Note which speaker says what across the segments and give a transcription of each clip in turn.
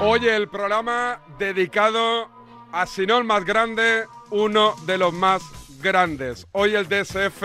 Speaker 1: Hoy el programa dedicado a, si no el más grande, uno de los más grandes. Hoy el DSF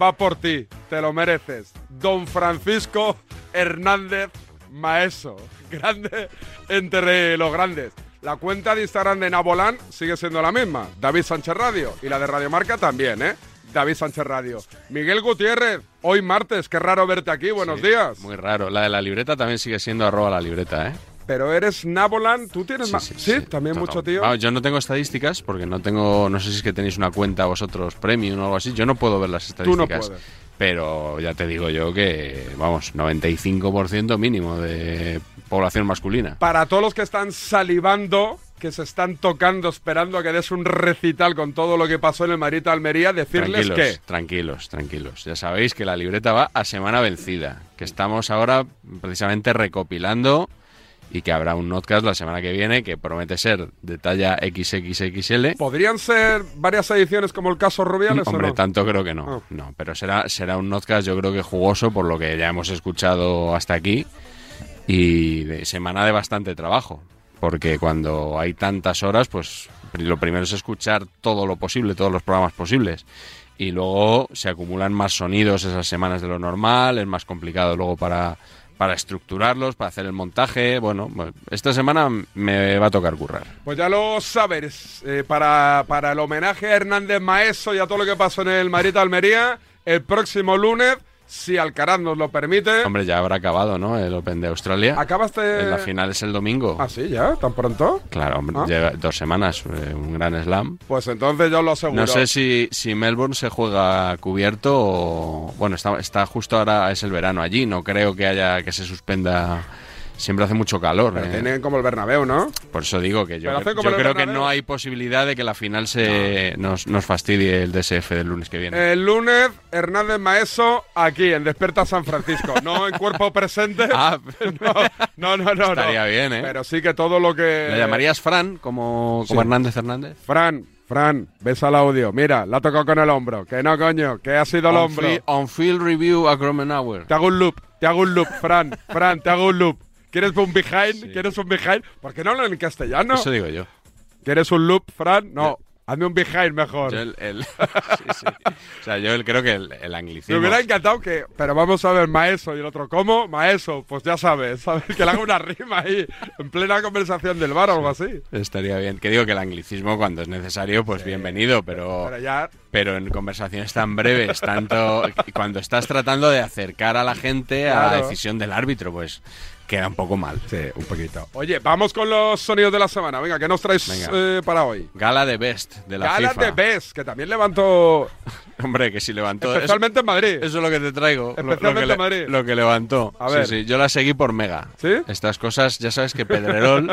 Speaker 1: va por ti, te lo mereces. Don Francisco Hernández Maeso, grande entre los grandes. La cuenta de Instagram de Nabolán sigue siendo la misma, David Sánchez Radio, y la de Radio Marca también, ¿eh? David Sánchez Radio. Miguel Gutiérrez, hoy martes, qué raro verte aquí, buenos
Speaker 2: Sí,
Speaker 1: días.
Speaker 2: Muy raro. La de la libreta también sigue siendo arroba la libreta, ¿eh?
Speaker 1: Pero eres Nabolan, tú tienes más... Sí, también mucho tío.
Speaker 2: Vamos, yo no tengo estadísticas porque no tengo, no sé si es que tenéis una cuenta vosotros premium o algo así. Yo no puedo ver las
Speaker 1: Tú no
Speaker 2: estadísticas. Pero ya te digo yo que, vamos, 95% mínimo de población masculina.
Speaker 1: Para todos los que están salivando, que se están tocando, esperando a que des un recital con todo lo que pasó en el Marita Almería, decirles
Speaker 2: Tranquilos,
Speaker 1: que...
Speaker 2: tranquilos, tranquilos. Ya sabéis que la libreta va a semana vencida, que estamos ahora precisamente recopilando y que habrá un podcast la semana que viene que promete ser de talla XXXL.
Speaker 1: ¿Podrían ser varias ediciones como el caso Rubiales
Speaker 2: Hombre,
Speaker 1: o no? Ah.
Speaker 2: tanto creo que no. No, pero será, será un podcast yo creo que jugoso por lo que ya hemos escuchado hasta aquí y de semana de bastante trabajo. Porque cuando hay tantas horas, pues pri- lo primero es escuchar todo lo posible, todos los programas posibles. Y luego se acumulan más sonidos esas semanas de lo normal, es más complicado luego para, para estructurarlos, para hacer el montaje. Bueno, bueno, esta semana me va a tocar currar.
Speaker 1: Pues ya lo sabes, eh, para, para el homenaje a Hernández Maeso y a todo lo que pasó en el Marita Almería, el próximo lunes, si Alcaraz nos lo permite...
Speaker 2: Hombre, ya habrá acabado, ¿no? El Open de Australia.
Speaker 1: Eh. Acabaste...
Speaker 2: Eh, La final es el domingo.
Speaker 1: ¿Ah, sí, ya? ¿Tan pronto?
Speaker 2: Claro, hombre,
Speaker 1: Ah.
Speaker 2: lleva dos semanas, eh, un gran slam.
Speaker 1: Pues entonces yo os lo aseguro.
Speaker 2: No sé si, si Melbourne se juega cubierto o... Bueno, está, está justo ahora, es el verano allí, no creo que haya que se suspenda... Siempre hace mucho calor.
Speaker 1: Pero
Speaker 2: eh.
Speaker 1: tienen como el Bernabéu, ¿no?
Speaker 2: Por eso digo que yo,
Speaker 1: Pero hace
Speaker 2: yo
Speaker 1: como el
Speaker 2: creo que
Speaker 1: Bernabéu.
Speaker 2: no hay posibilidad de que la final se nos, nos fastidie el DSF del lunes que viene.
Speaker 1: El lunes, Eh, Hernández Maeso, aquí, en Desperta San Francisco. No en cuerpo presente. no, no, no, no.
Speaker 2: Ah. Estaría bien, ¿eh?
Speaker 1: Pero sí que todo lo que...
Speaker 2: ¿Le llamarías Fran como, como
Speaker 1: Sí.
Speaker 2: Hernández Hernández?
Speaker 1: Fran, Fran, ves al audio. Mira, la tocó con el hombro. Que no, coño, que ha sido el
Speaker 2: On
Speaker 1: hombro.
Speaker 2: fi- on field review a Hour.
Speaker 1: Te hago un loop, te hago un loop, Fran, Fran, te hago un loop. ¿Quieres un behind? ¿Quieres un behind? ¿Por qué no hablan en castellano?
Speaker 2: Eso digo yo.
Speaker 1: ¿Quieres un loop, Fran? No, hazme un behind mejor.
Speaker 2: Yo el- el- sí, sí. O sea, yo el- creo que el, el
Speaker 1: Me
Speaker 2: anglicismo...
Speaker 1: hubiera encantado que. Pero vamos a ver, maeso. Y el otro, ¿cómo? Maeso. Pues ya sabes, ¿sabes? Que le haga una rima ahí, en plena conversación del bar o algo así.
Speaker 2: Estaría bien. Que digo que el anglicismo cuando es necesario, pues bienvenido, pero,
Speaker 1: Pero ya.
Speaker 2: pero en conversaciones tan breves, tanto cuando estás tratando de acercar a la gente a la
Speaker 1: Claro.
Speaker 2: decisión del árbitro, pues queda un poco mal.
Speaker 1: Sí, un poquito. Oye, vamos con los sonidos de la semana. Venga, ¿qué nos traes
Speaker 2: Venga.
Speaker 1: eh, para hoy?
Speaker 2: Gala de Best de la
Speaker 1: Gala
Speaker 2: FIFA.
Speaker 1: de Best, que también levantó.
Speaker 2: Hombre, que si levantó.
Speaker 1: Especialmente en Madrid.
Speaker 2: Eso es lo que te traigo. lo-
Speaker 1: Especialmente
Speaker 2: lo, que le-
Speaker 1: en Madrid.
Speaker 2: lo que levantó.
Speaker 1: A
Speaker 2: Sí,
Speaker 1: ver.
Speaker 2: Sí, Yo la seguí por Mega. Estas cosas, ya sabes que Pedrerol.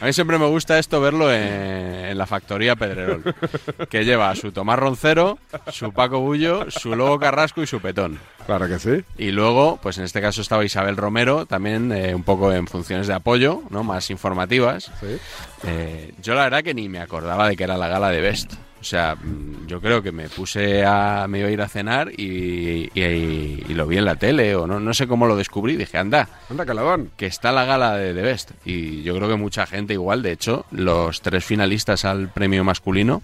Speaker 2: A mí siempre me gusta esto verlo en, en la factoría Pedrerol. Que lleva a su Tomás Roncero, su Paco Bullo, su Lobo Carrasco y su Petón.
Speaker 1: Claro que sí.
Speaker 2: Y luego, pues en este caso estaba Isabel Romero, también eh, un poco en funciones de apoyo, ¿no? Más informativas. Eh, yo la verdad que ni me acordaba de que era la gala de Best. O sea, mm, yo creo que me puse a... me iba a ir a cenar y, y- y- y lo vi en la tele o no, no sé cómo lo descubrí. Dije, anda,
Speaker 1: Anda, caladón.
Speaker 2: que está la gala de The Best. Y yo creo que mucha gente igual, de hecho, los tres finalistas al premio masculino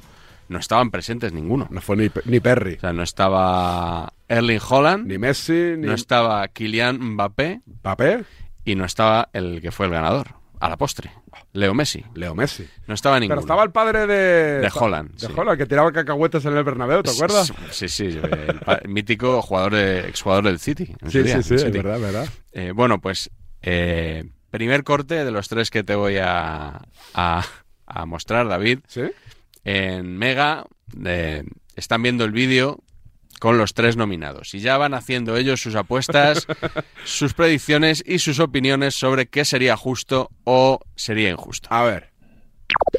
Speaker 2: no estaban presentes ninguno.
Speaker 1: No fue ni, ni Perry.
Speaker 2: O sea, no estaba Erling Holland.
Speaker 1: Ni Messi, ni
Speaker 2: No estaba Kylian Mbappé
Speaker 1: Papé.
Speaker 2: y no estaba el que fue el ganador, a la postre, Leo Messi.
Speaker 1: Leo Messi.
Speaker 2: No estaba ninguno.
Speaker 1: Pero estaba el padre de.
Speaker 2: De Holland,
Speaker 1: De
Speaker 2: sí.
Speaker 1: Holland, que tiraba cacahuetes en el Bernabéu, ¿te acuerdas?
Speaker 2: Sí, sí, el pa- el mítico jugador de, exjugador del City. en su
Speaker 1: Sí,
Speaker 2: día,
Speaker 1: sí,
Speaker 2: en
Speaker 1: sí, es
Speaker 2: City.
Speaker 1: verdad, es verdad.
Speaker 2: Eh, bueno, pues eh, primer corte de los tres que te voy a, a- a mostrar, David.
Speaker 1: ¿Sí?
Speaker 2: En Mega eh, están viendo el vídeo con los tres nominados y ya van haciendo ellos sus apuestas, sus predicciones y sus opiniones sobre qué sería justo o sería injusto.
Speaker 1: A ver.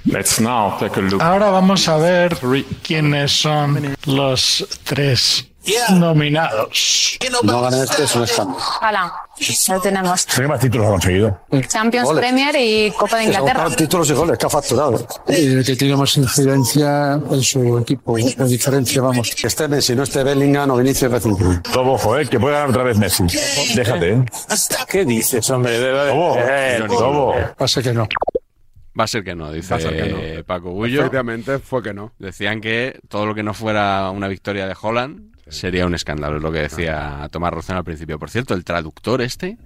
Speaker 3: Let's now take a look.
Speaker 4: Ahora vamos a ver quiénes son los tres nominados.
Speaker 5: No ganar este es un escándalo.
Speaker 6: Haaland.
Speaker 5: No tenemos
Speaker 6: ¿Qué más títulos ha conseguido?
Speaker 5: Champions,
Speaker 7: Goles.
Speaker 5: Premier y Copa de Inglaterra.
Speaker 7: títulos y goles que ha facturado.
Speaker 8: el Eh, que tiene más incidencia en su equipo, la diferencia, vamos.
Speaker 7: Que esté Messi, no esté Bellingham o Vinicius Jr.
Speaker 6: Todo ojo, ¿eh? Que puede ganar otra vez Messi. Déjate, ¿eh?
Speaker 9: ¿Qué dices, hombre? De- de-
Speaker 6: Tobo,
Speaker 9: eh,
Speaker 6: Tobo.
Speaker 8: Pasa que no.
Speaker 2: Va a ser que no, dice
Speaker 1: Va a ser que no.
Speaker 2: Paco Gullo.
Speaker 1: Efectivamente, fue que no.
Speaker 2: Decían que todo lo que no fuera una victoria de Holland sería un escándalo, es lo que decía Tomás Rozán al principio. Por cierto, el traductor este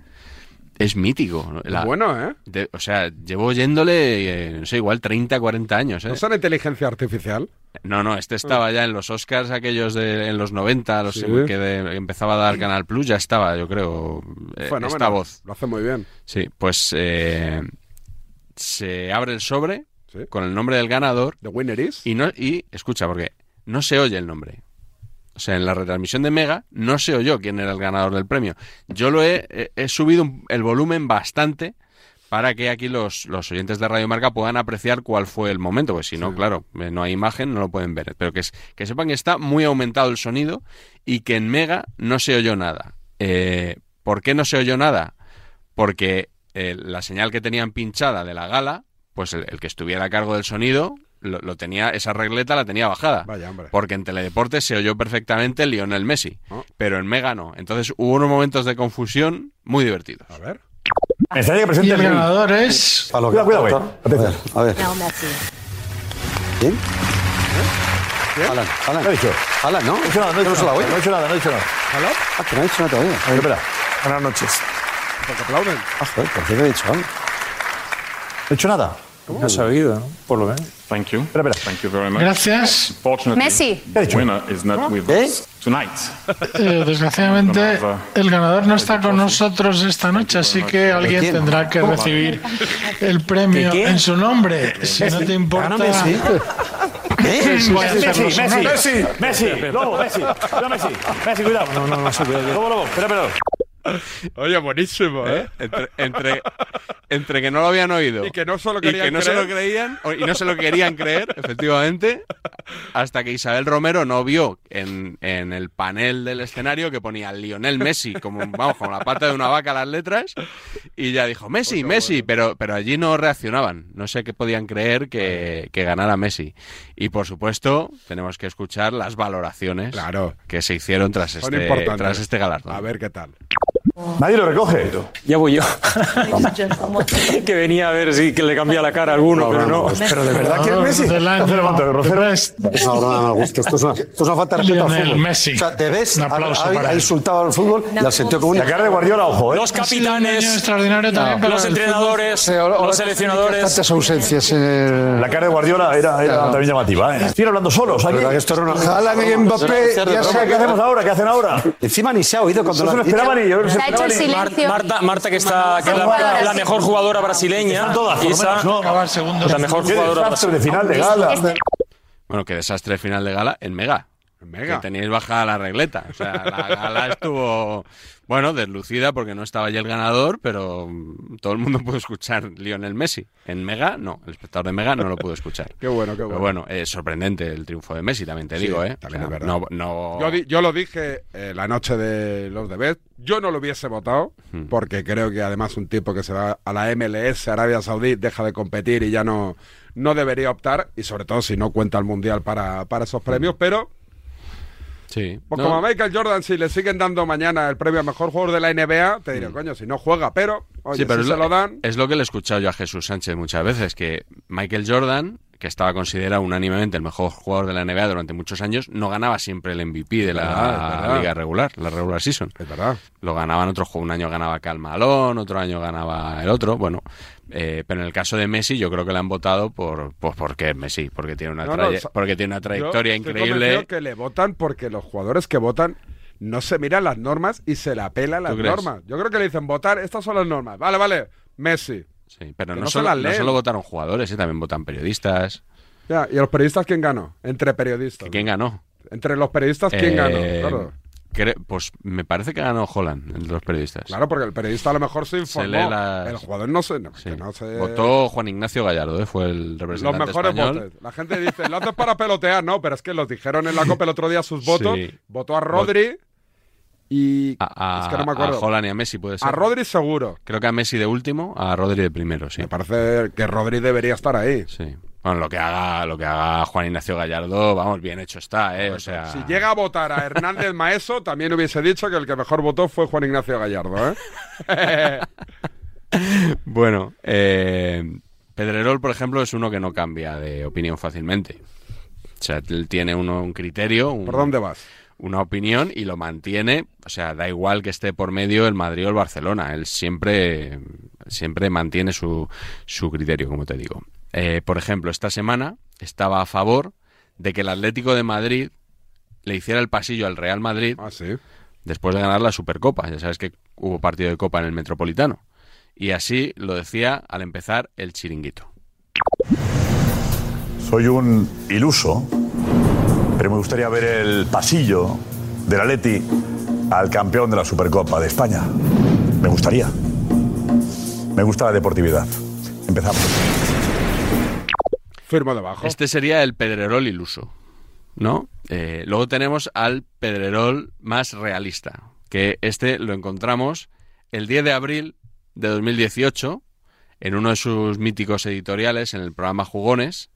Speaker 2: es mítico. ¿no? La-
Speaker 1: Bueno, ¿eh?
Speaker 2: de- o sea, llevo oyéndole, eh, no sé, igual 30, 40 años. ¿eh?
Speaker 1: ¿No será inteligencia artificial?
Speaker 2: No, no, este estaba ya en los Oscars aquellos de en los 90, los
Speaker 1: Sí.
Speaker 2: que de- empezaba a dar Canal Plus, ya estaba, yo creo, eh,
Speaker 1: Fenómeno.
Speaker 2: esta voz.
Speaker 1: Lo hace muy bien.
Speaker 2: Sí, pues eh, se abre el sobre
Speaker 1: Sí.
Speaker 2: con el nombre del ganador
Speaker 1: The winner is.
Speaker 2: y no y escucha porque no se oye el nombre. O sea, en la retransmisión de Mega no se oyó quién era el ganador del premio. Yo lo he, he- he subido un- el volumen bastante para que aquí los, los oyentes de Radio Marca puedan apreciar cuál fue el momento, pues si no, claro, eh, no hay imagen, no lo pueden ver. Pero que, es- que sepan que está muy aumentado el sonido y que en Mega no se oyó nada. Eh, ¿Por qué no se oyó nada? porque eh, la señal que tenían pinchada de la gala, pues el, el que estuviera a cargo del sonido, lo, lo tenía, esa regleta la tenía bajada.
Speaker 1: Vaya, hombre.
Speaker 2: Porque en Teledeporte se oyó perfectamente Lionel Messi,
Speaker 9: Ah.
Speaker 1: Oh.
Speaker 2: pero en Mega no. Entonces hubo unos momentos de confusión muy divertidos.
Speaker 1: A ver.
Speaker 6: Me extraña que
Speaker 4: Y
Speaker 6: presente
Speaker 4: el
Speaker 6: el-
Speaker 4: ganador es.
Speaker 7: Para lo
Speaker 6: Cuidado,
Speaker 7: que
Speaker 6: cuidado,
Speaker 7: falta.
Speaker 9: eh.
Speaker 6: güey. Atención.
Speaker 7: A ver,
Speaker 5: No, Messi.
Speaker 7: ¿quién? ¿Eh? Alan, Alan.
Speaker 6: ¿Qué ha dicho?
Speaker 7: Alan, ¿no?
Speaker 6: No he dicho nada, no he
Speaker 7: Yo
Speaker 6: dicho
Speaker 7: se la
Speaker 6: nada,
Speaker 7: voy.
Speaker 6: no he dicho nada, no he dicho nada.
Speaker 1: ¿Aló?
Speaker 7: Ah, que no ha dicho nada todavía.
Speaker 6: Pero espera,
Speaker 9: Buenas noches.
Speaker 1: Porque aplauden.
Speaker 7: Ah, joder, ¿por qué no he dicho algo?
Speaker 6: no he dicho nada.
Speaker 9: No has oído, ¿no? Por lo menos.
Speaker 3: Thank you.
Speaker 6: Espera, espera.
Speaker 3: Thank you very much.
Speaker 4: Gracias.
Speaker 3: Fortunately,
Speaker 5: Messi.
Speaker 6: ¿Qué ha dicho?
Speaker 3: winner is not with
Speaker 7: ¿Eh?
Speaker 3: us uh, tonight.
Speaker 4: Eh, desgraciadamente, el ganador no está con nosotros esta noche, así que alguien
Speaker 7: ¿Quién?
Speaker 4: tendrá que recibir el premio
Speaker 9: ¿De quién?
Speaker 4: en su nombre. Si no te importa.
Speaker 9: Ah, no, Messi.
Speaker 7: ¿Eh?
Speaker 4: voy a hacerlo
Speaker 6: Messi,
Speaker 4: sonar.
Speaker 6: Messi, Messi, Lobo, Messi, cuidado, Messi, Messi, cuidado.
Speaker 9: No, no, no se puede.
Speaker 6: Lobo, Lobo, espera, espera.
Speaker 1: Oye, buenísimo, ¿eh?
Speaker 2: Entre, entre, entre que no lo habían oído
Speaker 1: Y que no se lo
Speaker 2: y
Speaker 1: querían
Speaker 2: que no se
Speaker 1: creer.
Speaker 2: lo creían o- Oh, y no se lo querían creer, efectivamente, hasta que Isabel Romero no vio en, en el panel del escenario que ponía Lionel Messi como vamos con la pata de una vaca las letras y ya dijo
Speaker 1: Pues
Speaker 2: Messi, Messi, pero pero allí no reaccionaban, no sé qué podían creer que, que ganara Messi y por supuesto tenemos que escuchar las valoraciones
Speaker 1: Claro.
Speaker 2: que se hicieron tras
Speaker 1: Son
Speaker 2: este
Speaker 1: importantes.
Speaker 2: tras este galardón.
Speaker 1: A ver qué tal.
Speaker 6: Nadie lo recoge.
Speaker 9: Ya voy yo. que venía a ver si que le cambia la cara a alguno, pero no.
Speaker 6: Pero de verdad que es
Speaker 4: Ganador
Speaker 6: Messi.
Speaker 4: del año.
Speaker 6: No se levanta, Rocero.
Speaker 4: Es-
Speaker 7: Es una broma de mal gusto. Esto es una, esto es una falta de respeto al
Speaker 4: Lionel
Speaker 7: fútbol.
Speaker 4: Messi.
Speaker 7: O sea, te ves,
Speaker 4: Un
Speaker 7: ha,
Speaker 4: aplauso
Speaker 7: ha-
Speaker 4: para
Speaker 7: ha
Speaker 4: él.
Speaker 7: insultado al fútbol y al sentido común.
Speaker 6: La cara de Guardiola, ojo, ¿eh?
Speaker 9: Los
Speaker 4: Ha sido un año
Speaker 9: capitanes,
Speaker 4: extraordinario también, pero
Speaker 9: los
Speaker 4: el fútbol-
Speaker 9: entrenadores,
Speaker 8: Eh, ahora- ahora
Speaker 9: los
Speaker 8: tiene
Speaker 9: seleccionadores.
Speaker 8: Tantas ausencias en el...
Speaker 6: La cara de Guardiola era, era también llamativa, ¿eh? Siguen hablando solos. aquí.
Speaker 7: verdad que esto era una-
Speaker 6: Haaland y Mbappé. Ya sé, ¿qué hacemos ahora? ¿Qué hacen ahora?
Speaker 7: Encima ni se ha oído cuando
Speaker 6: No
Speaker 7: lo
Speaker 6: se lo
Speaker 7: han dicho.
Speaker 6: esperaban ni yo. No se
Speaker 5: Se ha hecho
Speaker 6: esperaban
Speaker 5: el
Speaker 6: ni...
Speaker 5: silencio.
Speaker 9: Marta, Marta, que está que es la,
Speaker 5: jugadoras.
Speaker 9: la mejor jugadora brasileña.
Speaker 6: Todas, por lo
Speaker 9: Isa,
Speaker 6: menos, ¿no?
Speaker 4: Acabar segundos.
Speaker 9: la mejor
Speaker 6: Qué
Speaker 9: jugadora
Speaker 6: desastre
Speaker 9: brasileña.
Speaker 6: de final de gala.
Speaker 2: Bueno, qué desastre final de gala en Mega.
Speaker 1: Mega.
Speaker 2: Que teníais bajada la regleta. O sea, la gala estuvo, bueno, deslucida porque no estaba ya el ganador, pero mm, todo el mundo pudo escuchar Lionel Messi. En Mega, no. El espectador de Mega no lo pudo escuchar.
Speaker 1: Qué bueno, qué
Speaker 2: Pero
Speaker 1: bueno.
Speaker 2: bueno, es sorprendente el triunfo de Messi, también te
Speaker 1: Sí,
Speaker 2: digo, ¿eh?
Speaker 1: también es verdad.
Speaker 2: no, no-
Speaker 1: Yo, di- yo lo dije eh, la noche de los debes. Yo no lo hubiese votado,
Speaker 2: Hmm.
Speaker 1: porque creo que además un tipo que se va a la MLS, Arabia Saudí, deja de competir y ya no, no debería optar, y sobre todo si no cuenta el Mundial para, para esos premios, pero
Speaker 2: Sí.
Speaker 1: pues
Speaker 2: Hmm. No.
Speaker 1: como a Michael Jordan, si le siguen dando mañana el premio a mejor jugador de la NBA, te diré, coño, si no juega, pero, oye,
Speaker 2: Hmm. Sí, pero
Speaker 1: si
Speaker 2: es,
Speaker 1: se lo dan,
Speaker 2: es lo que le he escuchado yo a Jesús Sánchez muchas veces, que Michael Jordan, que estaba considerado unánimemente el mejor jugador de la NBA durante muchos años, no ganaba siempre el MVP de la
Speaker 1: Verdad, es verdad.
Speaker 2: liga regular, la regular season.
Speaker 1: es verdad.
Speaker 2: Lo ganaban otros, un año ganaba Cal Malone, otro año ganaba el otro, bueno. eh, pero en el caso de Messi, yo creo que le han votado por, pues porque es Messi, porque tiene una,
Speaker 1: No, no,
Speaker 2: traye-
Speaker 1: sa-
Speaker 2: porque tiene una trayectoria
Speaker 1: Yo estoy
Speaker 2: increíble.
Speaker 1: convencido que le votan porque los jugadores que votan no se miran las normas y se la pelan las
Speaker 2: ¿Tú crees?
Speaker 1: normas. Yo creo que le dicen votar, estas son las normas. Vale, vale, Messi.
Speaker 2: Sí, pero no,
Speaker 1: que no se
Speaker 2: solo,
Speaker 1: las
Speaker 2: no
Speaker 1: leen.
Speaker 2: solo votaron jugadores, eh, también votan periodistas.
Speaker 1: Ya, ¿y a los periodistas quién ganó? Entre periodistas.
Speaker 2: ¿Quién ganó?
Speaker 1: Entre los periodistas, ¿quién
Speaker 2: Eh,
Speaker 1: ganó? Claro.
Speaker 2: cre- pues me parece que ganó Holland, entre los periodistas.
Speaker 1: Claro, porque el periodista a lo mejor se informó.
Speaker 2: lee las-
Speaker 1: El jugador no se. no,
Speaker 2: Sí.
Speaker 1: que no se-
Speaker 2: Votó Juan Ignacio Gallardo, ¿eh? fue el
Speaker 1: eh, Los
Speaker 2: representante
Speaker 1: mejores
Speaker 2: español.
Speaker 1: votos. La gente dice, lo haces para pelotear, no, pero es que los dijeron en la Copa el otro día sus votos.
Speaker 2: Sí.
Speaker 1: Votó a Rodri y
Speaker 2: A, a-
Speaker 1: es que no me acuerdo.
Speaker 2: a Haaland y a Messi puede ser.
Speaker 1: A Rodri seguro.
Speaker 2: Creo que a Messi de último, a Rodri de primero, sí.
Speaker 1: Me parece que Rodri debería estar ahí.
Speaker 2: Sí. Bueno, lo que haga, lo que haga Juan Ignacio Gallardo, vamos, bien hecho está, eh. O sea,
Speaker 1: Si llega a votar a Hernández Maeso, también hubiese dicho que el que mejor votó fue Juan Ignacio Gallardo, ¿eh?
Speaker 2: bueno, eh, Pedrerol, por ejemplo, es uno que no cambia de opinión fácilmente. O sea, él tiene uno un criterio, un-
Speaker 1: ¿Por dónde vas?
Speaker 2: una opinión y lo mantiene. O sea, da igual que esté por medio el Madrid o el Barcelona. Él siempre, siempre mantiene su, su criterio, como te digo. Eh, por ejemplo, esta semana estaba a favor de que el Atlético de Madrid le hiciera el pasillo al Real Madrid
Speaker 1: Ah, sí.
Speaker 2: después de ganar la Supercopa. Ya sabes que hubo partido de Copa en el Metropolitano. Y así lo decía al empezar el chiringuito.
Speaker 10: Soy un iluso, pero me gustaría ver el pasillo del Atleti al campeón de la Supercopa de España. Me gustaría. Me gusta la deportividad. Empezamos.
Speaker 1: Firmo debajo.
Speaker 2: Este sería el Pedrerol iluso, ¿no? Eh, luego tenemos al Pedrerol más realista, que este lo encontramos el 10 de abril de 2018 en uno de sus míticos editoriales en el programa Jugones,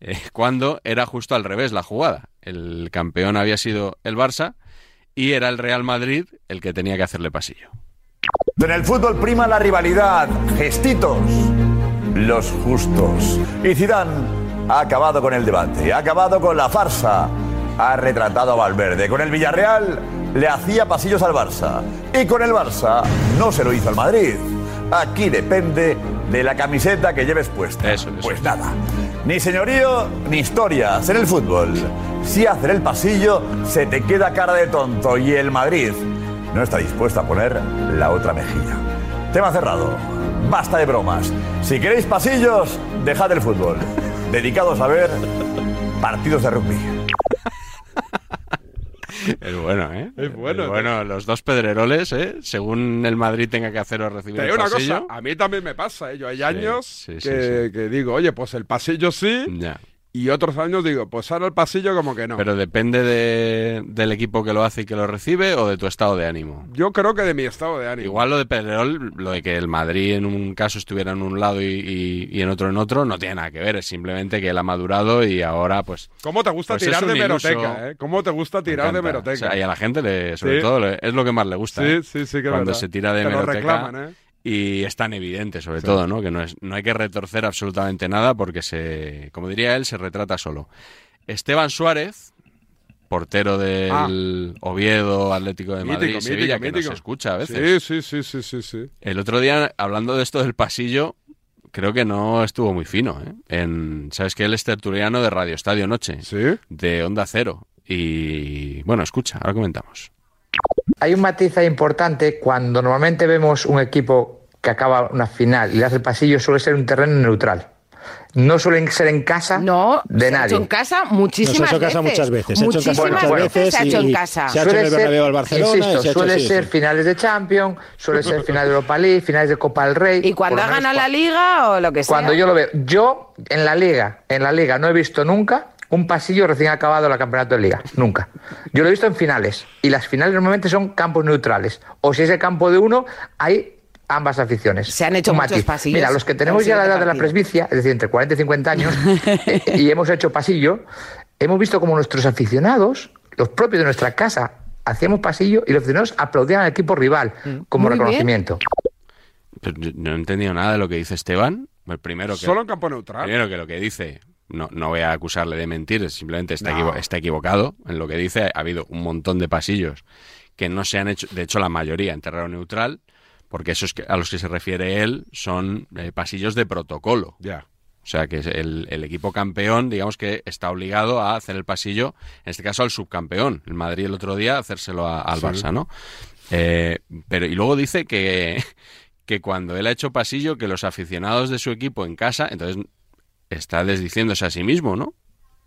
Speaker 2: eh, cuando era justo al revés la jugada. El campeón había sido el Barça y era el Real Madrid el que tenía que hacerle pasillo.
Speaker 10: En el fútbol prima la rivalidad. Gestitos. Los justos. Y Zidane ha acabado con el debate, ha acabado con la farsa. Ha retratado a Valverde. Con el Villarreal le hacía pasillos al Barça. Y con el Barça no se lo hizo al Madrid. Aquí depende de la camiseta que lleves puesta.
Speaker 2: Eso, eso.
Speaker 10: Pues nada. Ni señorío, ni historias en el fútbol. Si hacer el pasillo, se te queda cara de tonto y el Madrid no está dispuesto a poner la otra mejilla. Tema cerrado. Basta de bromas. Si queréis pasillos, dejad el fútbol. Dedicados a ver partidos de rugby.
Speaker 2: Es bueno, ¿eh?
Speaker 1: Es bueno, ¿eh?
Speaker 2: bueno, los dos pedreroles, ¿eh? Según el Madrid tenga que hacer o recibir
Speaker 1: Te
Speaker 2: el
Speaker 1: digo una
Speaker 2: pasillo.
Speaker 1: cosa, a mí también me pasa, ¿eh? Yo hay años
Speaker 2: sí,
Speaker 1: que,
Speaker 2: sí,
Speaker 1: que digo, oye, pues el pasillo
Speaker 11: Mm.
Speaker 1: sí,
Speaker 2: Ya.
Speaker 1: y otros años digo, pues ahora el pasillo como que no.
Speaker 2: Pero depende de- del equipo que lo hace y que lo recibe o de tu estado de ánimo.
Speaker 1: Yo creo que de mi estado de ánimo.
Speaker 2: Igual lo de Pedrerol, lo de que el Madrid en un caso estuviera en un lado y, y- y en otro en otro, no tiene nada que ver. Es simplemente que él ha madurado y ahora pues...
Speaker 1: ¿Cómo te gusta
Speaker 2: Pues
Speaker 1: tirar
Speaker 2: es
Speaker 1: de
Speaker 2: un iluso.
Speaker 1: meroteca, eh? ¿Cómo te gusta
Speaker 2: le
Speaker 1: tirar de
Speaker 2: encanta.
Speaker 1: meroteca?
Speaker 2: O sea, y a la gente, le, sobre
Speaker 1: Sí.
Speaker 2: todo, le- es lo que más le gusta. ¿eh?
Speaker 1: sí, sí, sí, que es
Speaker 2: Cuando
Speaker 1: verdad.
Speaker 2: se tira de
Speaker 1: Te lo
Speaker 2: meroteca,
Speaker 1: reclaman, ¿eh?
Speaker 2: Y es tan evidente, sobre todo, ¿no? Que no, es, no hay que retorcer absolutamente nada porque se, como diría él, se retrata solo. Esteban Suárez, portero del
Speaker 1: Ah.
Speaker 2: Oviedo, Atlético de Madrid, y Sevilla, que no se escucha a veces.
Speaker 1: Sí, sí, sí, sí, sí, sí.
Speaker 2: El otro día, hablando de esto del pasillo, creo que no estuvo muy fino, ¿eh? En, Sabes que él es tertuliano de Radio Estadio Noche,
Speaker 1: ¿Sí?
Speaker 2: de Onda Cero. Y bueno, escucha, ahora comentamos.
Speaker 12: Hay un matiz ahí importante cuando normalmente vemos un equipo que acaba una final y le hace el pasillo suele ser un terreno neutral. No suelen ser en casa
Speaker 13: No,
Speaker 12: de
Speaker 13: se ha
Speaker 12: nadie.
Speaker 13: hecho en casa muchísimas
Speaker 14: Nos ha hecho
Speaker 13: veces.
Speaker 14: casa muchas veces, se ha hecho en casa
Speaker 13: Muchísimas veces
Speaker 12: muchas
Speaker 13: se ha
Speaker 14: veces
Speaker 13: hecho
Speaker 14: y-
Speaker 13: en
Speaker 14: y
Speaker 13: casa.
Speaker 14: se ha hecho en el Bernabéu al Barcelona y
Speaker 12: Insisto,
Speaker 14: se ha hecho-
Speaker 12: suele
Speaker 14: sí,
Speaker 12: ser
Speaker 14: sí.
Speaker 12: finales de Champions, suele ser finales de Europa League, finales de Copa del Rey.
Speaker 13: Y cuando
Speaker 12: por
Speaker 13: ha
Speaker 12: lo menos
Speaker 13: ganado
Speaker 12: cua-
Speaker 13: la liga o lo que sea.
Speaker 12: Cuando yo lo veo, yo en la liga, en la liga no he visto nunca un pasillo recién acabado la campeonato de liga, nunca. Yo lo he visto en finales y las finales normalmente son campos neutrales o si es el campo de uno hay ambas aficiones.
Speaker 13: Se han hecho
Speaker 12: Un
Speaker 13: muchos
Speaker 12: matiz.
Speaker 13: pasillos
Speaker 12: Mira, los que tenemos
Speaker 13: en el
Speaker 12: ya la edad de la
Speaker 13: partido.
Speaker 12: presbicia, es decir, entre 40 y 50 años eh, y hemos hecho pasillo, hemos visto como nuestros aficionados, los propios de nuestra casa, hacíamos pasillo y los aficionados aplaudían al equipo rival como
Speaker 13: Mm. Muy bien.
Speaker 12: reconocimiento.
Speaker 2: Pero yo no he entendido nada de lo que dice Esteban. El primero que
Speaker 1: Solo en campo neutral.
Speaker 2: Primero que lo que dice, no, no voy a acusarle de mentir, simplemente está, equivo- está equivocado en lo que dice. Ha habido un montón de pasillos que no se han hecho, de hecho la mayoría en terreno neutral, porque esos que- a los que se refiere él son eh, pasillos de protocolo.
Speaker 1: Ya.
Speaker 2: O sea que es el, el equipo campeón, digamos que está obligado a hacer el pasillo, en este caso al subcampeón, el Madrid el otro día, hacérselo a- al
Speaker 1: Sí.
Speaker 2: Barça, ¿no? Eh, pero y luego dice que, que cuando él ha hecho pasillo, que los aficionados de su equipo en casa, entonces está desdiciéndose a sí mismo, ¿no?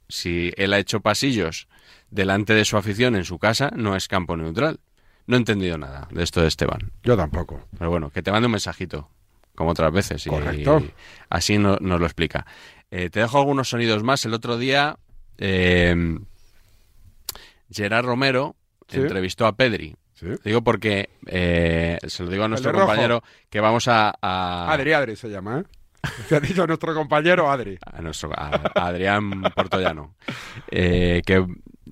Speaker 2: Si él ha hecho pasillos delante de su afición en su casa, no es campo neutral. No he entendido nada de esto de Esteban.
Speaker 1: Yo tampoco.
Speaker 2: Pero bueno, que te mande un mensajito, como otras veces. Y,
Speaker 1: Correcto.
Speaker 2: así no- nos lo explica. Eh, te dejo algunos sonidos más. El otro día, eh, Gerard Romero
Speaker 1: Sí.
Speaker 2: entrevistó a Pedri Digo porque, eh, se lo digo a nuestro
Speaker 1: de rojo.
Speaker 2: compañero, que vamos a... a-
Speaker 1: Adri, Adri se llama, ¿eh? Te ha dicho nuestro compañero Adri.
Speaker 2: a nuestro a- a Adrián Portollano. Eh, que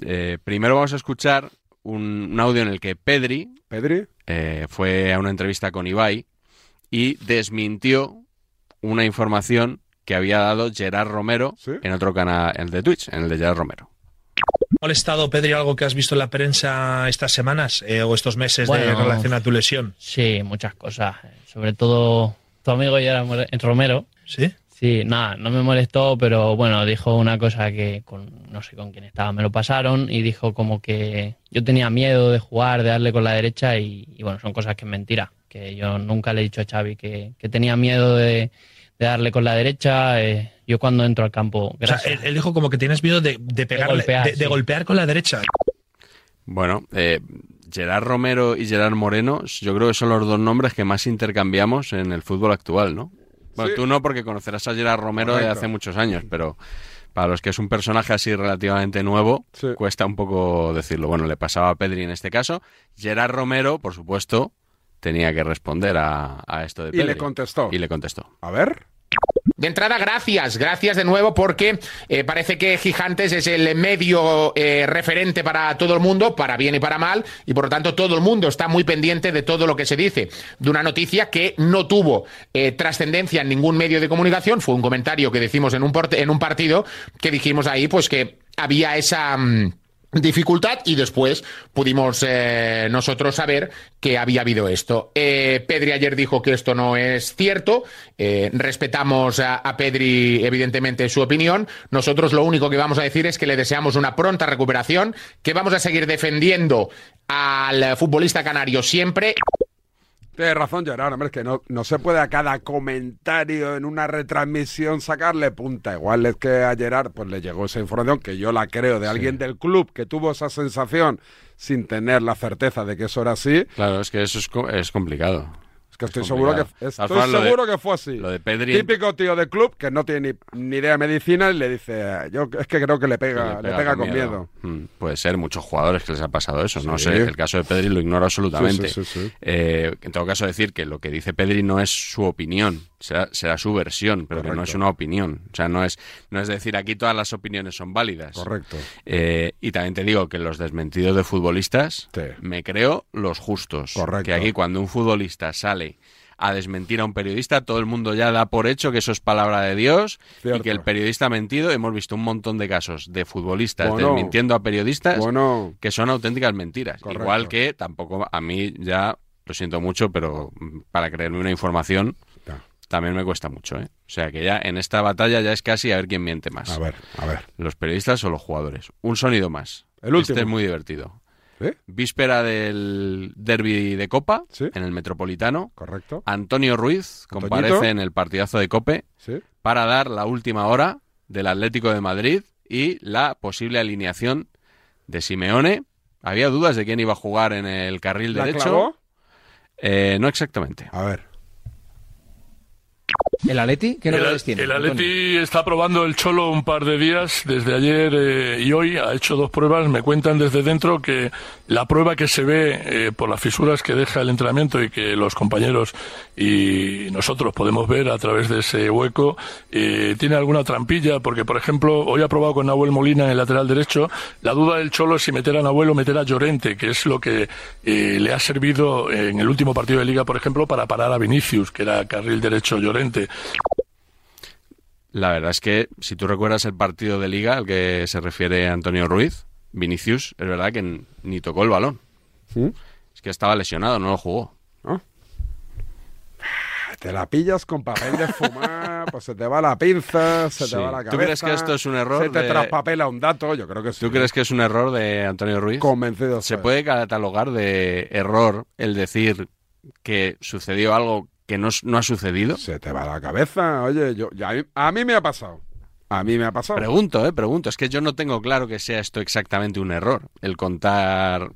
Speaker 2: eh, primero vamos a escuchar un, un audio en el que Pedri,
Speaker 1: Pedri
Speaker 2: eh, fue a una entrevista con Ibai y desmintió una información que había dado Gerard Romero en otro canal, el de Twitch, en el de Gerard Romero.
Speaker 15: molestado, Pedri, algo que has visto en la prensa estas semanas eh, o estos meses de
Speaker 16: Bueno,
Speaker 15: relación a tu lesión?
Speaker 16: Sí, muchas cosas. Sobre todo tu amigo Gerard More- Romero.
Speaker 15: ¿Sí?
Speaker 16: Sí, nada, no me molestó, pero bueno, dijo una cosa que con, no sé con quién estaba, me lo pasaron y dijo como que yo tenía miedo de jugar, de darle con la derecha y, y bueno, son cosas que es mentira, que yo nunca le he dicho a Xavi que, que tenía miedo de, de darle con la derecha. eh, yo cuando entro al campo,
Speaker 15: O sea,
Speaker 16: gracias.
Speaker 15: él, él dijo como que tienes miedo de, de pegarle, de de golpear,
Speaker 16: golpear, sí.
Speaker 15: con la derecha.
Speaker 2: Bueno, eh, Gerard Romero y Gerard Moreno, yo creo que son los dos nombres que más intercambiamos en el fútbol actual, ¿no? Bueno,
Speaker 1: Sí.
Speaker 2: tú no, porque conocerás a Gerard Romero de
Speaker 1: Correcto.
Speaker 2: hace muchos años, pero para los que es un personaje así relativamente nuevo, cuesta un poco decirlo. Bueno, le pasaba a Pedri en este caso. Gerard Romero, por supuesto, tenía que responder a, a esto de
Speaker 1: Y le
Speaker 2: Pedri. contestó. Y le contestó.
Speaker 1: A ver.
Speaker 17: De entrada, gracias, gracias de nuevo porque eh, parece que Gigantes es el medio eh, referente para todo el mundo, para bien y para mal, y por lo tanto todo el mundo está muy pendiente de todo lo que se dice, de una noticia que no tuvo eh, trascendencia en ningún medio de comunicación, fue un comentario que decimos en un, port- en un partido que dijimos ahí pues que había esa... mm, dificultad y después pudimos eh, nosotros saber que había habido esto. Eh, Pedri ayer dijo que esto no es cierto, eh, respetamos a, a Pedri evidentemente su opinión, nosotros lo único que vamos a decir es que le deseamos una pronta recuperación, que vamos a seguir defendiendo al futbolista canario siempre.
Speaker 1: Tienes razón, Gerard, hombre, es que no, no se puede a cada comentario en una retransmisión sacarle punta. Igual es que a Gerard pues, le llegó esa información, que yo la creo, de alguien del club que tuvo esa sensación sin tener la certeza de que eso era así.
Speaker 2: Claro, es que eso es, co- es complicado.
Speaker 1: Es que estoy
Speaker 2: Es
Speaker 1: seguro que,
Speaker 2: complicado.
Speaker 1: estoy
Speaker 2: Al final, lo de-
Speaker 1: seguro que fue así.
Speaker 2: Lo de Pedri
Speaker 1: Típico tío de club que no tiene ni, ni idea de medicina y le dice, yo es que creo que le pega, le pega, con miedo.
Speaker 2: Mm, Puede ser, muchos jugadores que les ha pasado eso. No
Speaker 1: Sí.
Speaker 2: sé, el caso de Pedri lo ignoro absolutamente.
Speaker 1: Sí, sí, sí, sí.
Speaker 2: Eh, en todo caso, decir que lo que dice Pedri no es su opinión, será, será su versión, pero que no es una opinión. O sea, no es, no es decir aquí todas las opiniones son válidas.
Speaker 1: Correcto.
Speaker 2: Eh, y también te digo que los desmentidos de futbolistas me creo los justos.
Speaker 1: Correcto.
Speaker 2: Que aquí cuando un futbolista sale a desmentir a un periodista, todo el mundo ya da por hecho que eso es palabra de Dios y
Speaker 1: Cierto.
Speaker 2: que el periodista ha mentido. Hemos visto un montón de casos de futbolistas
Speaker 1: Bueno.
Speaker 2: desmintiendo a periodistas
Speaker 1: Bueno.
Speaker 2: que son auténticas mentiras.
Speaker 1: Correcto.
Speaker 2: Igual que tampoco a mí ya lo siento mucho, pero mm, para creerme una información también me cuesta mucho, ¿eh? O sea que ya en esta batalla ya es casi a ver quién miente más.
Speaker 1: A ver, a ver.
Speaker 2: ¿Los periodistas o los jugadores? Un sonido más.
Speaker 1: El último.
Speaker 2: Este es muy divertido.
Speaker 1: ¿Eh?
Speaker 2: Víspera del derby de Copa en el Metropolitano.
Speaker 1: Correcto.
Speaker 2: Antonio Ruiz
Speaker 1: Antoñito.
Speaker 2: comparece en el partidazo de Cope
Speaker 1: Sí.
Speaker 2: para dar la última hora del Atlético de Madrid y la posible alineación de Simeone. Había dudas de quién iba a jugar en el carril
Speaker 1: ¿La
Speaker 2: derecho.
Speaker 1: clavó?
Speaker 2: Eh, no exactamente.
Speaker 1: A ver.
Speaker 18: ¿El Atleti? ¿Qué
Speaker 19: el,
Speaker 18: novedades tiene?
Speaker 19: el
Speaker 18: Antonio?
Speaker 19: Atleti está probando el Cholo un par de días, desde ayer eh, y hoy ha hecho dos pruebas. Me cuentan desde dentro que la prueba que se ve eh, por las fisuras que deja el entrenamiento y que los compañeros y nosotros podemos ver a través de ese hueco eh, tiene alguna trampilla, porque por ejemplo hoy ha probado con Nahuel Molina en el lateral derecho. La duda del Cholo es si meter a Nahuel o meter a Llorente, que es lo que eh, le ha servido en el último partido de liga, por ejemplo, para parar a Vinicius, que era carril derecho Llorente.
Speaker 2: La verdad es que, si tú recuerdas el partido de Liga al que se refiere Antonio Ruiz, Vinicius, es verdad que n- ni tocó el balón. Es que estaba lesionado, no lo jugó.
Speaker 1: Te la pillas con papel de fumar, pues se te va la pinza, se
Speaker 2: Sí.
Speaker 1: te va la cabeza.
Speaker 2: ¿Tú crees que esto es un error
Speaker 1: Se te
Speaker 2: de-
Speaker 1: traspapela un dato, yo creo que sí.
Speaker 2: ¿Tú crees que es un error de Antonio Ruiz?
Speaker 1: Convencido.
Speaker 2: ¿Se puede catalogar de error el decir que sucedió algo que no, s- no ha sucedido?
Speaker 1: Se te va la cabeza, oye, yo, yo- a, mí, a mí me ha pasado. A mí me ha pasado.
Speaker 2: Pregunto, eh, pregunto. Es que yo no tengo claro que sea esto exactamente un error. El contar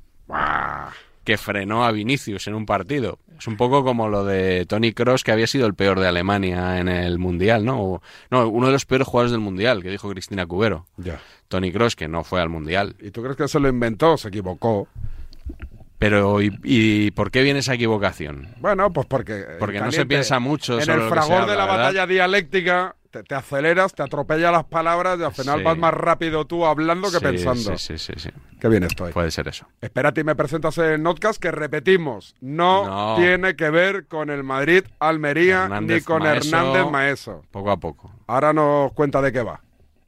Speaker 2: que frenó a Vinicius en un partido. Es un poco como lo de Tony Cross, que había sido el peor de Alemania en el Mundial, ¿no? O- no, uno de los peores jugadores del Mundial, que dijo Cristina Cubero.
Speaker 1: Ya.
Speaker 2: Tony Cross, que no fue al Mundial.
Speaker 1: ¿Y tú crees que se lo inventó? Se equivocó.
Speaker 2: Pero, ¿y, y por qué viene esa equivocación?
Speaker 1: Bueno, pues porque. eh,
Speaker 2: Porque no se
Speaker 1: caliente,
Speaker 2: piensa mucho
Speaker 1: En
Speaker 2: sobre lo
Speaker 1: el
Speaker 2: que se
Speaker 1: fragor
Speaker 2: habla,
Speaker 1: de la
Speaker 2: ¿verdad?
Speaker 1: batalla dialéctica, te, te aceleras, te atropella las palabras y al final
Speaker 2: Sí.
Speaker 1: vas más rápido tú hablando que
Speaker 2: Sí,
Speaker 1: pensando.
Speaker 2: Sí, sí, sí, sí.
Speaker 1: Qué bien estoy.
Speaker 2: Puede ser eso.
Speaker 1: Espérate y me presentas en Notcast que repetimos, no,
Speaker 2: No.
Speaker 1: tiene que ver con el Madrid, Almería ni
Speaker 2: Hernández
Speaker 1: con
Speaker 2: Maeso.
Speaker 1: Hernández Maeso.
Speaker 2: Poco a poco.
Speaker 1: Ahora nos cuenta de qué va.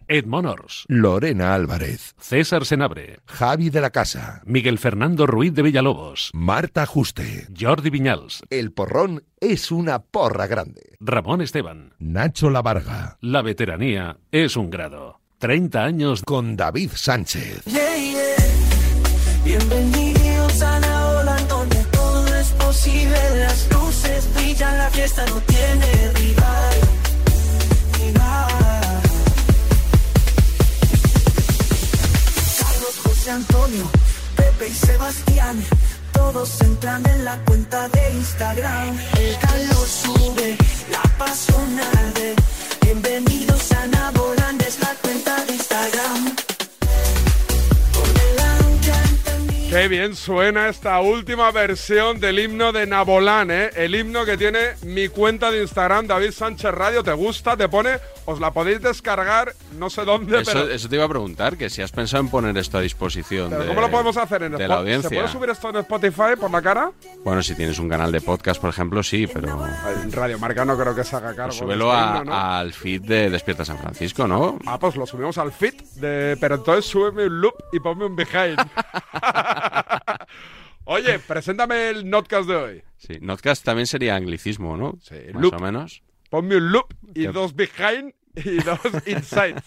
Speaker 18: Ed Monors, Lorena Álvarez, César Senabre, Javi de la Casa, Miguel Fernando Ruiz de Villalobos, Marta Juste, Jordi Viñals. El porrón es una porra grande. Ramón Esteban, Nacho Lavarga. La veteranía es un grado. 30 años con David Sánchez.
Speaker 20: Bienvenidos a la ola donde todo es posible. Las luces brillan, la fiesta no tiene rival. Rival. Carlos, José Antonio, Pepe y Sebastián. Todos entran en la cuenta de Instagram. El calor sube, la pasión arde. Bienvenidos a Naboland, es la cuenta de Instagram.
Speaker 1: Qué bien suena esta última versión del himno de Nabolán, ¿eh? El himno que tiene mi cuenta de Instagram, David Sánchez Radio. ¿Te gusta? ¿Te pone? Os la podéis descargar, no sé dónde,
Speaker 2: Eso,
Speaker 1: pero,
Speaker 2: eso te iba a preguntar, que si has pensado en poner esto a disposición
Speaker 1: pero
Speaker 2: de,
Speaker 1: ¿cómo lo podemos hacer en
Speaker 2: de la
Speaker 1: Spo- ¿Se
Speaker 2: audiencia.
Speaker 1: puede subir esto en Spotify por la cara?
Speaker 2: Bueno, si tienes un canal de podcast, por ejemplo, sí, pero
Speaker 1: En Radio Marca no creo que se haga cargo.
Speaker 2: pues
Speaker 1: de
Speaker 2: súbelo
Speaker 1: este
Speaker 2: a-
Speaker 1: himno, ¿no?
Speaker 2: al feed de Despierta San Francisco, ¿no?
Speaker 1: Ah, pues lo subimos al fit de. Pero entonces súbeme un loop y ponme un behind. Oye, preséntame el notcast de hoy.
Speaker 2: Sí, Notcast también sería anglicismo, ¿no? Sí, Más
Speaker 1: loop.
Speaker 2: o menos.
Speaker 1: Ponme un loop y
Speaker 2: Te-
Speaker 1: dos behind y dos insights.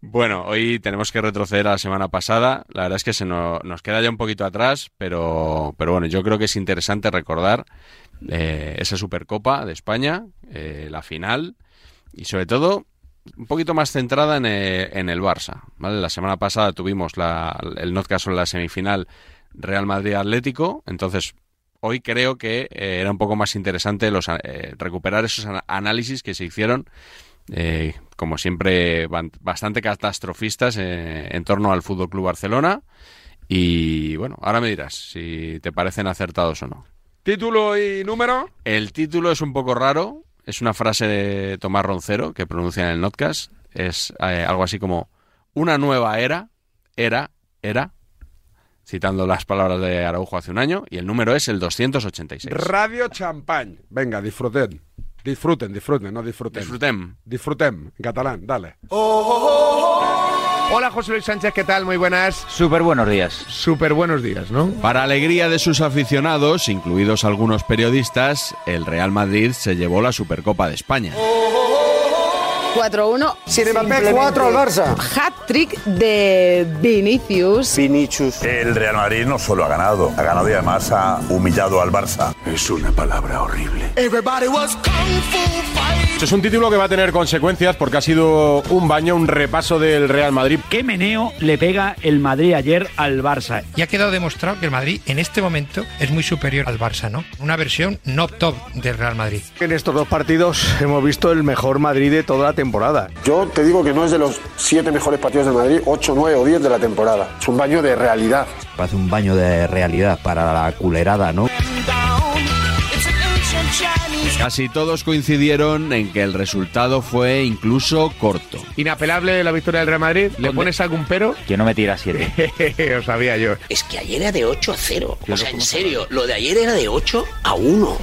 Speaker 2: Bueno, hoy tenemos que retroceder a la semana pasada. La verdad es que se no- nos queda ya un poquito atrás, pero, pero bueno, yo creo que es interesante recordar eh, esa Supercopa de España, eh, la final, y sobre todo un poquito más centrada en, eh, en el Barça. ¿vale? La semana pasada tuvimos la, el Notcast sobre la semifinal Real Madrid-Atlético, entonces hoy creo que eh, era un poco más interesante los, a- eh, recuperar esos ana- análisis que se hicieron eh, como siempre, ban- bastante catastrofistas eh, en torno al Fútbol Club Barcelona. Y bueno, ahora me dirás si te parecen acertados o no.
Speaker 1: Título y número.
Speaker 2: El título es un poco raro, es una frase de Tomás Roncero que pronuncia en el podcast. Es eh, algo así como: Una nueva era, era, era, citando las palabras de Araujo hace un año, y el número es el 286.
Speaker 1: Radio Champagne. Venga, disfruten. Disfruten, disfruten, no disfruten.
Speaker 2: Disfrutem.
Speaker 1: Disfruten, en catalán, dale.
Speaker 21: Hola José Luis Sánchez, ¿qué tal? Muy buenas.
Speaker 2: Súper buenos días.
Speaker 21: Súper buenos días, ¿no?
Speaker 2: Para alegría de sus aficionados, incluidos algunos periodistas, el Real Madrid se llevó la Supercopa de España.
Speaker 13: 4-1.
Speaker 7: Sin Mbappé, cuatro al Barça.
Speaker 13: Hat-trick de Vinicius.
Speaker 10: Vinicius. El Real Madrid no solo ha ganado, ha ganado y además ha humillado al Barça. Es una palabra horrible.
Speaker 20: Everybody was kung fu fighting.
Speaker 22: Es un título que va a tener consecuencias porque ha sido un baño, un repaso del Real Madrid. ¿Qué meneo le pega el Madrid ayer al Barça?
Speaker 23: Y ha quedado demostrado que el Madrid en este momento es muy superior al Barça, ¿no? Una versión no top del Real Madrid.
Speaker 21: En estos dos partidos hemos visto el mejor Madrid de toda la temporada.
Speaker 8: Yo te digo que no es de los siete mejores partidos de Madrid, ocho, nueve o diez de la temporada. Es un baño de realidad.
Speaker 11: Parece un baño de realidad para la culerada, ¿no?
Speaker 20: It's an ancient Chinese.
Speaker 2: Casi todos coincidieron en que el resultado fue incluso corto.
Speaker 21: Inapelable la victoria del Real Madrid. ¿Le pones algún pero?
Speaker 2: Que no me tira siete.
Speaker 21: Lo sabía yo.
Speaker 24: Es que ayer era de 8 a 0.
Speaker 21: Yo
Speaker 24: O
Speaker 21: no
Speaker 24: sea, en
Speaker 21: como
Speaker 24: serio, lo de ayer era de 8 a 1.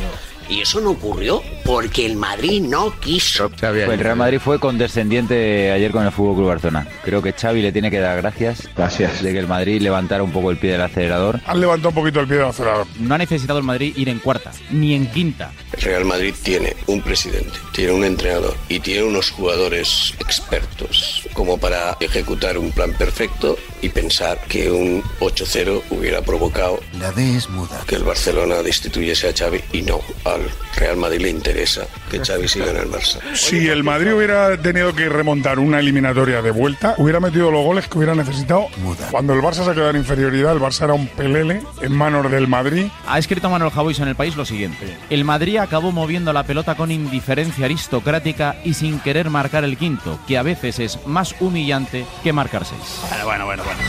Speaker 24: Y eso no ocurrió porque el Madrid no quiso.
Speaker 11: El Real Madrid fue condescendiente ayer con el Fútbol Club Barcelona. Creo que Xavi le tiene que dar gracias. Gracias. De que el Madrid levantara un poco el pie del acelerador.
Speaker 25: Han levantado un poquito el pie del acelerador.
Speaker 11: No ha necesitado el Madrid ir en cuarta, ni en quinta.
Speaker 26: El Real Madrid tiene un presidente, tiene un entrenador y tiene unos jugadores expertos como para ejecutar un plan perfecto y pensar que un 8-0 hubiera provocado
Speaker 11: La D es muda.
Speaker 26: que el Barcelona destituyese a Xavi y no, al Real Madrid le interesa que Xavi siga en el Barça.
Speaker 25: Si el Madrid hubiera tenido que remontar una eliminatoria de vuelta, hubiera metido los goles que hubiera necesitado. Cuando el Barça se quedó en inferioridad, el Barça era un pelele en manos del Madrid.
Speaker 11: Ha escrito Manuel Javois en el país lo siguiente. El Madrid acabó moviendo la pelota con indiferencia aristocrática y sin querer marcar el quinto, que a veces es más
Speaker 10: Ah,
Speaker 11: humillante que marcar seis.
Speaker 27: Bueno, bueno, bueno,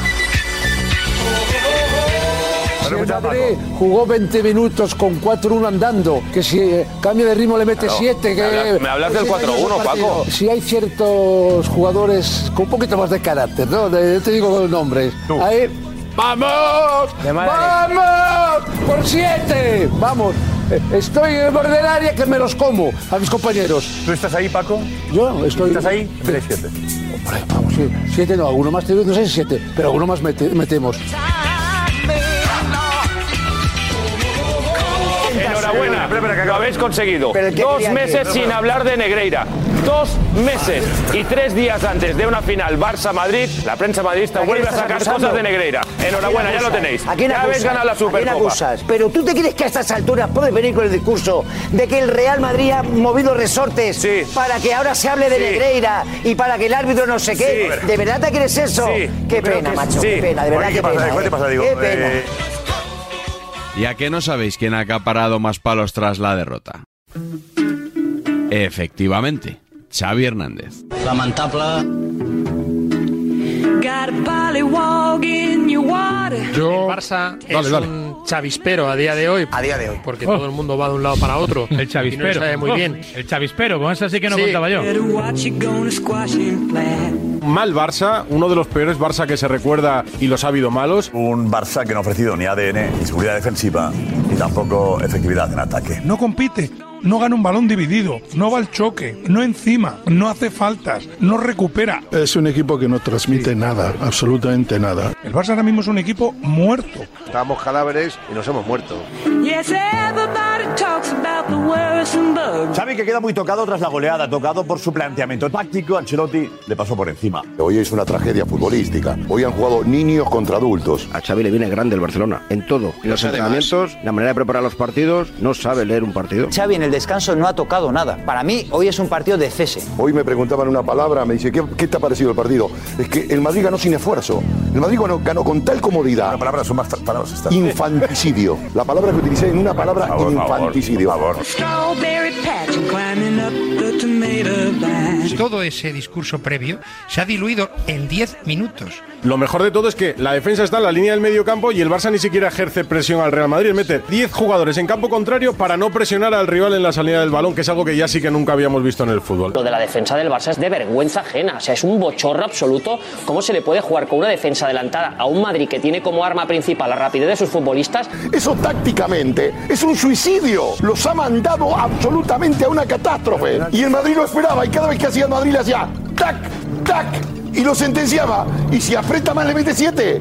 Speaker 27: bueno.
Speaker 19: si el Madrid jugó 20 minutos con 4-1 andando, que si eh, cambia de ritmo le mete
Speaker 1: Claro.
Speaker 19: 7.
Speaker 1: Me hablas- me hablas del 4-1, Paco.
Speaker 19: Si hay ciertos jugadores con un poquito más de carácter, ¿no? De- yo te digo los nombres. Ahí. ¡Vamos! ¡Vamos! ¡Por 7! ¡Vamos! Eh, Estoy en el borde del área que me los como a mis compañeros.
Speaker 10: ¿Tú estás ahí, Paco?
Speaker 19: Yo estoy.
Speaker 10: ¿Estás ahí?
Speaker 19: Sí. Hombre, vamos, sí. Siete no, alguno más, te digo, no sé si siete, pero alguno más mete- metemos.
Speaker 7: Enhorabuena, lo habéis conseguido.
Speaker 6: Pero ¿qué
Speaker 7: Dos
Speaker 6: quería
Speaker 7: meses
Speaker 6: que-
Speaker 7: sin hablar de Negreira. Dos meses y tres días antes de una final Barça-Madrid, la prensa madridista vuelve a
Speaker 6: estás
Speaker 7: sacar
Speaker 6: acusando?
Speaker 7: cosas de Negreira. Enhorabuena, ya lo tenéis.
Speaker 6: ¿A quién
Speaker 7: Ya habéis
Speaker 6: acusas?
Speaker 7: ganado la
Speaker 6: ¿A quién
Speaker 7: Supercopa.
Speaker 6: acusas? Pero tú te crees que a estas alturas puedes venir con el discurso de que el Real Madrid ha movido resortes para que ahora se hable de
Speaker 7: Sí.
Speaker 6: Negreira y para que el árbitro no sé qué.
Speaker 10: Sí.
Speaker 6: ¿De verdad te crees eso?
Speaker 10: Sí.
Speaker 6: Qué
Speaker 10: Yo creo
Speaker 6: pena,
Speaker 10: que
Speaker 6: macho.
Speaker 10: sí.
Speaker 6: Qué pena, de
Speaker 10: Oye,
Speaker 6: verdad.
Speaker 10: ¿qué
Speaker 6: qué
Speaker 10: pasa,
Speaker 6: pena,
Speaker 10: Diego? ¿Qué pasa, Diego?
Speaker 6: Qué pena.
Speaker 10: Eh,
Speaker 2: ¿Y a qué no sabéis quién ha acaparado más palos tras la derrota? Efectivamente, Xavi Hernández.
Speaker 28: Lamentable.
Speaker 20: Yo, el Barça es
Speaker 28: dale.
Speaker 20: un chavispero a día de hoy. A día de hoy.
Speaker 6: Oh.
Speaker 20: Porque todo el mundo va de un lado para otro. el
Speaker 29: chavispero. Oh.
Speaker 20: Y no lo sabe muy bien.
Speaker 29: El chavispero, con esa sí que no
Speaker 20: Sí.
Speaker 29: contaba yo.
Speaker 1: Mal Barça, uno de los peores Barça que se recuerda y los ha habido malos.
Speaker 10: Un Barça que no ha ofrecido ni ADN, ni seguridad defensiva, ni tampoco efectividad en ataque.
Speaker 25: No compite, no gana un balón dividido, no va al choque, no encima, no hace faltas, no recupera.
Speaker 27: Es un equipo que no transmite nada, absolutamente nada.
Speaker 25: El Barça ahora mismo es un equipo muerto.
Speaker 30: Estábamos cadáveres y nos hemos muerto.
Speaker 10: Xavi que queda muy tocado tras la goleada, tocado por su planteamiento táctico, Ancelotti le pasó por encima.
Speaker 27: Hoy es una tragedia futbolística. Hoy han jugado niños contra adultos. A Xavi le viene grande el Barcelona, en todo. En los entrenamientos, la manera de preparar los partidos, no sabe leer un partido.
Speaker 6: Xavi en el descanso no ha tocado nada. Para mí, hoy es un partido de cese.
Speaker 27: Hoy me preguntaban una palabra, me dice, ¿qué, qué te ha parecido el partido? Es que el Madrid ganó sin esfuerzo. El Madrid ganó, ganó con tal comodidad. La palabra son más palabras Infanticidio. La palabra que utilicé en una palabra infanticidio.
Speaker 30: Todo ese discurso previo se ha diluido en 10 minutos.
Speaker 1: Lo mejor de todo es que la defensa está en la línea del medio campo y el Barça ni siquiera ejerce presión al Real Madrid. Mete 10 jugadores en campo contrario para no presionar al rival en la salida del balón, que es algo que ya sí que nunca habíamos visto en el fútbol.
Speaker 31: Lo de la defensa del Barça es de vergüenza ajena, o sea, es un bochorro absoluto cómo se le puede jugar con una defensa adelantada a un Madrid que tiene como arma principal la rapidez de sus futbolistas.
Speaker 27: Eso tácticamente es un suicidio. Los ha mandado absolutamente a una catástrofe. Y el Madrid lo esperaba y cada vez que hacía el Madrid le hacía tac, tac y lo sentenciaba. Y si aprieta más le mete siete.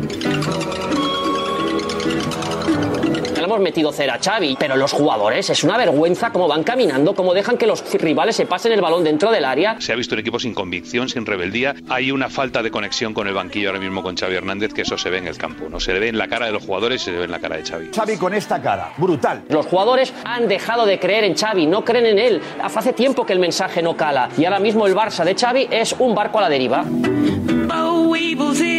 Speaker 31: Le hemos metido cera a Xavi, pero los jugadores es una vergüenza cómo van caminando, cómo dejan que los rivales se pasen el balón dentro del área.
Speaker 8: Se ha visto un equipo sin convicción, sin rebeldía. Hay una falta de conexión con el banquillo ahora mismo con Xavi Hernández, que eso se ve en el campo. No se le ve en la cara de los jugadores, se le ve en la cara de Xavi.
Speaker 10: Xavi con esta cara, brutal.
Speaker 31: Los jugadores han dejado de creer en Xavi, no creen en él. Hace tiempo que el mensaje no cala y ahora mismo el Barça de Xavi es un barco a la deriva.
Speaker 9: este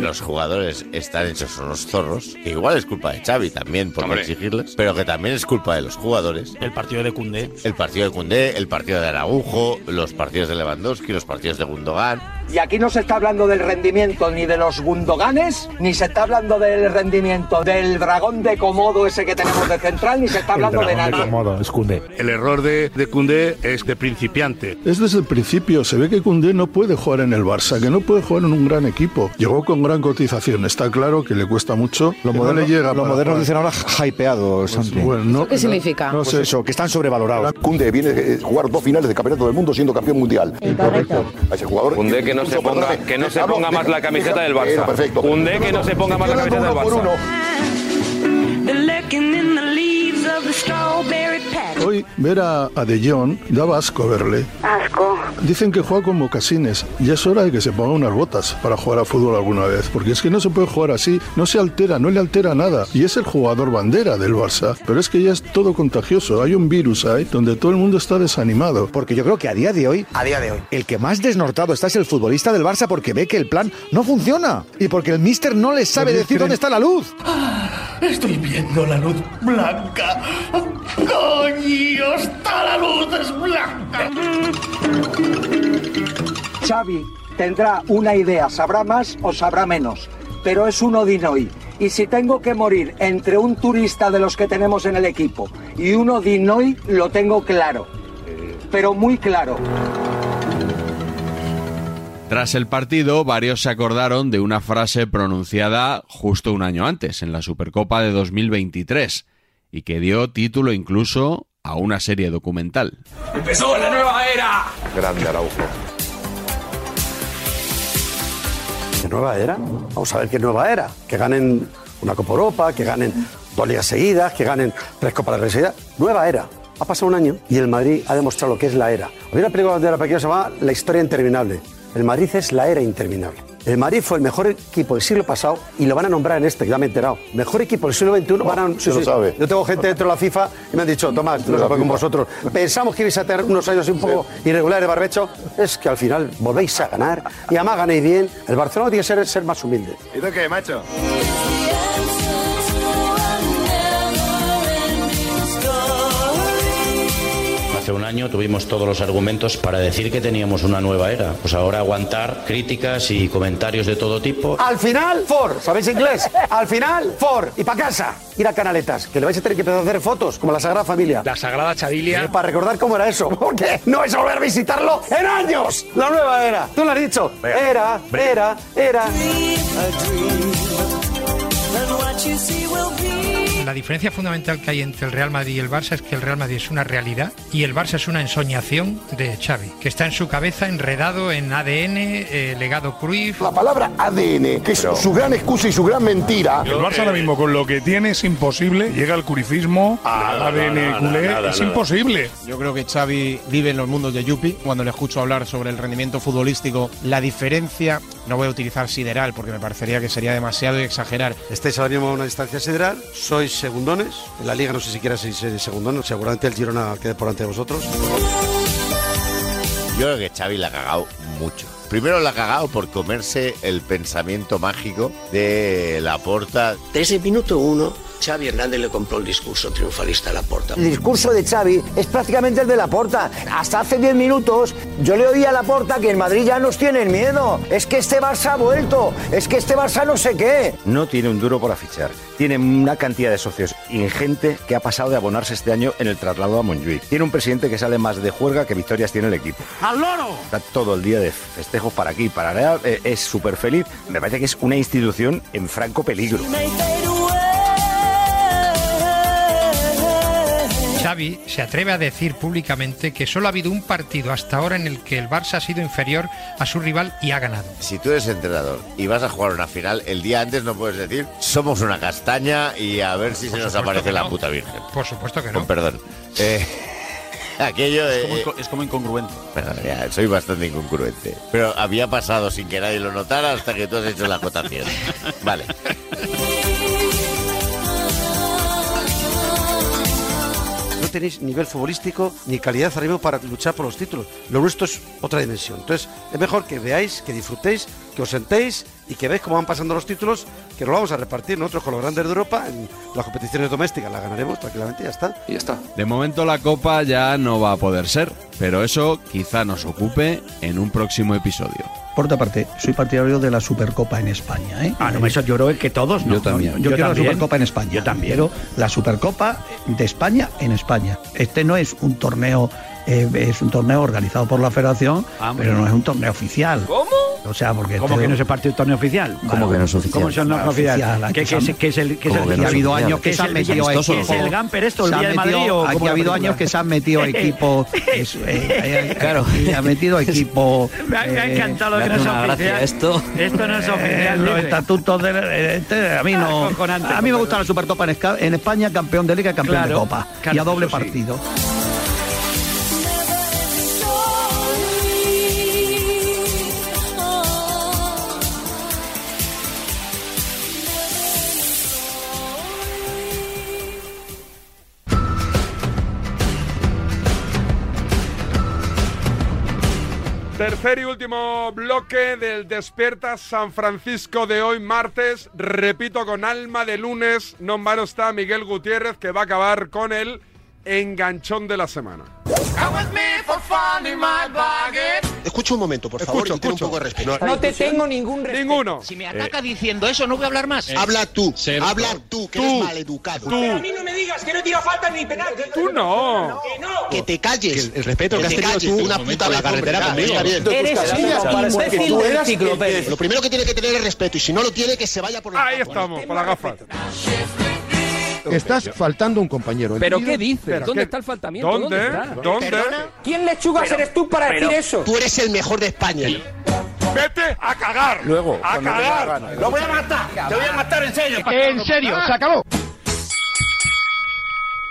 Speaker 32: Los jugadores están hechos unos zorros, que igual es culpa de Xavi también por no exigirles, pero que también es culpa de los jugadores. El partido de Cundé. El partido de Cundé, el partido de Araujo, los partidos de Lewandowski, los partidos de Gundogan.
Speaker 6: Y aquí no se está hablando del rendimiento ni de los Gundoganes, ni se está hablando del rendimiento del dragón de Comodo ese que tenemos de central, ni se está hablando de nadie.
Speaker 8: El error de, de Koundé eh. es de principiante.
Speaker 27: Es desde el principio, se ve que Cundé no puede jugar en el Barça, que no puede jugar en un gran equipo. Llegó con gran cotización, está claro que le cuesta mucho. Lo
Speaker 32: moderno- lo moderno dicen
Speaker 27: ahora hypeado,
Speaker 12: ¿Qué significa?
Speaker 27: Pues, No
Speaker 32: Pues
Speaker 27: sé eso, que están sobrevalorados. Cunde viene a jugar dos finales de campeonato del mundo siendo campeón mundial. Correcto. A ese jugador.
Speaker 8: Cundé que no se ponga, que no se ponga más la camiseta del
Speaker 27: Bueno,
Speaker 8: Barça.
Speaker 27: perfecto.
Speaker 8: Cundé que no se ponga más la camiseta del Barça.
Speaker 27: Hoy ver a, a De Jong daba asco verle.
Speaker 33: Asco.
Speaker 27: Dicen que juega como casines. Ya es hora de que se ponga unas botas para jugar a fútbol alguna vez, porque es que no se puede jugar así, no se altera, no le altera nada. Y es el jugador bandera del Barça. Pero es que ya es todo contagioso, hay un virus ahí donde todo el mundo está desanimado.
Speaker 32: Porque yo creo que a día de hoy,
Speaker 6: A día de hoy.
Speaker 32: el que más desnortado está es el futbolista del Barça porque ve que el plan no funciona y porque el míster no le sabe decir dónde está la luz.
Speaker 8: Estoy viendo la luz blanca.
Speaker 32: ¡Coño, está la luz es blanca!
Speaker 6: Xavi tendrá una idea, sabrá más o sabrá menos, pero es un Odinoy.
Speaker 34: Y si tengo que morir entre un turista de los que tenemos en el equipo y uno de Inoi, lo tengo claro. Pero muy claro.
Speaker 2: Tras el partido, varios se acordaron de una frase pronunciada justo un año antes, en la Supercopa de 2023, y que dio título incluso a una serie documental.
Speaker 10: Empezó la nueva era.
Speaker 35: Grande Araujo.
Speaker 6: ¿Qué nueva era? Vamos a ver qué nueva era. Que ganen una Copa Europa, que ganen dos ligas seguidas, que ganen tres Copas de Rey seguidas. Nueva era. Ha pasado un año y el Madrid ha demostrado lo que es la era. Había una película de la pequeña que se llama La historia interminable. El Madrid es la era interminable. El Madrid fue el mejor equipo del siglo pasado y lo van a nombrar en este, que ya me he enterado. Mejor equipo del siglo XXI. van a,
Speaker 8: se lo sabe.
Speaker 6: Yo tengo gente dentro de la FIFA y me han dicho, Tomás, no
Speaker 8: De la
Speaker 6: se puede con
Speaker 8: FIFA.
Speaker 6: vosotros. Pensamos que ibais a tener unos años un poco irregulares, barbecho. Es que al final volvéis a ganar y además ganéis bien. El Barcelona tiene que ser, ser más humilde.
Speaker 8: ¿Y tú qué, macho?
Speaker 20: Hace un año tuvimos todos los argumentos para decir que teníamos una nueva era. Pues ahora aguantar críticas y comentarios de todo tipo.
Speaker 6: Al final, for. ¿Sabéis inglés? Al final, for. Y para casa. Ir a canaletas, que le vais a tener que empezar a hacer fotos, como la Sagrada Familia. La Sagrada Chavilia. para recordar cómo era eso. Porque no es volver a visitarlo en años. La nueva era. Tú lo has dicho. Era, era, era.
Speaker 30: La diferencia fundamental que hay entre el Real Madrid y el Barça es que el Real Madrid es una realidad y el Barça es una ensoñación de Xavi, que está en su cabeza enredado en ADN, eh, legado Cruyff.
Speaker 8: La palabra ADN, que es su gran excusa y su gran mentira.
Speaker 25: El Barça ahora mismo con lo que tiene es imposible. Llega el curifismo,
Speaker 17: Ah,
Speaker 25: al ADN culé, es imposible.
Speaker 17: Yo creo que Xavi vive en los mundos de Yupi. Cuando le escucho hablar sobre el rendimiento futbolístico, la diferencia, no voy a utilizar sideral porque me parecería que sería demasiado y exagerar.
Speaker 6: Estáis ahora mismo a una distancia sideral, sois segundones. En la liga no sé siquiera si sois segundones. Seguramente el Girona quede por delante de vosotros.
Speaker 32: Yo creo que Xavi la ha cagado mucho. Primero la ha cagado por comerse el pensamiento mágico de la porta.
Speaker 36: Desde el minuto uno, Xavi Hernández le compró el discurso triunfalista a la puerta.
Speaker 37: El discurso de Xavi es prácticamente el de Laporta. Hasta hace 10 minutos yo le oí a Laporta que en Madrid ya nos tienen miedo. Es que este Barça ha vuelto. Es que este Barça no sé qué.
Speaker 19: No tiene un duro por fichar. Tiene una cantidad de socios ingente que ha pasado de abonarse este año en el traslado a Montjuic. Tiene un presidente que sale más de juerga que victorias tiene el equipo.
Speaker 7: ¡Al loro!
Speaker 19: Está todo el día de festejos para aquí, para allá. eh, Es súper feliz. Me parece que es una institución en franco peligro.
Speaker 30: Xavi se atreve a decir públicamente que solo ha habido un partido hasta ahora en el que el Barça ha sido inferior a su rival y ha ganado.
Speaker 32: Si tú eres entrenador y vas a jugar una final, el día antes no puedes decir somos una castaña y a ver si se nos aparece la puta virgen.
Speaker 30: Por supuesto que
Speaker 32: Con perdón. Eh, aquello
Speaker 19: Es como
Speaker 32: eh,
Speaker 19: inco- es como incongruente.
Speaker 32: Perdón, ya, soy bastante incongruente. Pero había pasado sin que nadie lo notara hasta que tú has hecho la acotación. Vale.
Speaker 6: No tenéis nivel futbolístico ni calidad arriba para luchar por los títulos. Lo nuestro es otra dimensión. Entonces, es mejor que veáis, que disfrutéis, que os sentéis y que veáis cómo van pasando los títulos, que los vamos a repartir nosotros con los grandes de Europa en las competiciones domésticas. Las ganaremos tranquilamente y ya está. Y ya está.
Speaker 2: De momento la copa ya no va a poder ser, pero eso quizá nos ocupe en un próximo episodio.
Speaker 7: Por otra parte, soy partidario de la Supercopa en España. ¿eh? Ah, no, eso yo creo que todos. No, Yo también. No, yo, Yo quiero también. la Supercopa en España. Yo también. Quiero la Supercopa de España en España. Este no es un torneo, eh, es un torneo organizado por la Federación,
Speaker 16: Ah,
Speaker 7: pero
Speaker 16: bueno.
Speaker 7: no es un torneo oficial.
Speaker 16: ¿Cómo?
Speaker 7: O sea, porque
Speaker 16: ¿Cómo que no se parte el torneo oficial?
Speaker 7: Claro.
Speaker 16: ¿Cómo son los
Speaker 7: Claro,
Speaker 16: oficiales?
Speaker 7: oficial, aquí
Speaker 16: ¿Qué- qué
Speaker 7: se
Speaker 16: es-
Speaker 7: han-
Speaker 16: qué es el- qué es
Speaker 7: ¿Cómo
Speaker 16: el-
Speaker 7: que no
Speaker 16: ha habido
Speaker 7: son
Speaker 16: años que se han
Speaker 7: oficiales?
Speaker 16: metido
Speaker 7: Es
Speaker 16: ¿Qué es
Speaker 7: amistoso,
Speaker 16: el
Speaker 7: ¿no?
Speaker 16: gamper esto
Speaker 7: Se
Speaker 16: el
Speaker 7: ha
Speaker 16: día de
Speaker 7: metido-
Speaker 16: Madrid? o
Speaker 7: aquí
Speaker 16: cómo
Speaker 7: ha
Speaker 16: la
Speaker 7: habido
Speaker 16: película?
Speaker 7: años que se han metido equipos. es- eh, eh, claro, y ha metido equipos.
Speaker 16: Me ha-
Speaker 7: Eh,
Speaker 16: me ha encantado lo que no es oficial. Esto. no es oficial.
Speaker 7: los
Speaker 16: dice.
Speaker 7: estatutos de eh, este, a mí no.
Speaker 16: Acojonante,
Speaker 7: A mí me gusta la Supercopa en, Esca- en España, campeón de liga, y campeón
Speaker 16: Claro,
Speaker 7: de copa y
Speaker 16: claro,
Speaker 7: a doble
Speaker 16: eso sí.
Speaker 7: partido.
Speaker 1: Tercer y último bloque del Despierta San Francisco de hoy, martes. Repito, con alma de lunes, no en vano está Miguel Gutiérrez, que va a acabar con el enganchón de la semana.
Speaker 12: Escucha un momento, por favor,
Speaker 1: Escucho,
Speaker 12: y ten un
Speaker 1: escucho.
Speaker 12: poco de respeto.
Speaker 1: No- no te tengo
Speaker 12: ningún respeto.
Speaker 1: Ninguno.
Speaker 12: Si me
Speaker 1: ataca
Speaker 12: diciendo eso, no voy a hablar más.
Speaker 1: Eh,
Speaker 12: habla tú,
Speaker 1: ser-
Speaker 12: habla tú, que
Speaker 1: Tú.
Speaker 12: eres maleducado.
Speaker 1: Tú. Pero a mí
Speaker 12: no me digas que no tira falta ni penal.
Speaker 1: Tú no.
Speaker 12: Que te calles.
Speaker 1: el respeto que
Speaker 12: te
Speaker 1: has tenido
Speaker 12: calles,
Speaker 1: tú
Speaker 12: una
Speaker 1: un momento
Speaker 12: puta
Speaker 1: en la
Speaker 12: vez, hombre,
Speaker 1: carretera
Speaker 12: ya,
Speaker 1: conmigo.
Speaker 12: está bien. Entonces,
Speaker 1: Eres
Speaker 12: busca
Speaker 1: un
Speaker 12: la razón,
Speaker 1: imbécil
Speaker 12: porque tú
Speaker 1: del
Speaker 12: eras el
Speaker 1: ciclo,
Speaker 12: que-
Speaker 1: Pérez.
Speaker 12: Lo primero que tiene que tener es respeto y si no lo tiene, que se vaya por Este la
Speaker 1: Ahí estamos, con la gafa.
Speaker 38: Estás faltando un compañero.
Speaker 1: Pues, ¿Pero
Speaker 38: El tío-
Speaker 1: qué dices?
Speaker 38: Pero
Speaker 1: ¿Dónde
Speaker 38: ¿qué-
Speaker 1: está el faltamiento?
Speaker 38: ¿Dónde?
Speaker 1: ¿Dónde está?
Speaker 38: ¿Perdona?
Speaker 12: Eh, ¿Quién lechuga
Speaker 1: Pero-
Speaker 12: eres tú para
Speaker 1: pero-
Speaker 12: decir eso? Tú eres el mejor de España.
Speaker 1: Vete a cagar.
Speaker 12: Luego,
Speaker 1: A
Speaker 12: cuando te dé la
Speaker 1: cagar.
Speaker 12: gana.
Speaker 1: Lo voy a matar. Te voy a matar en serio.
Speaker 38: En serio, se acabó.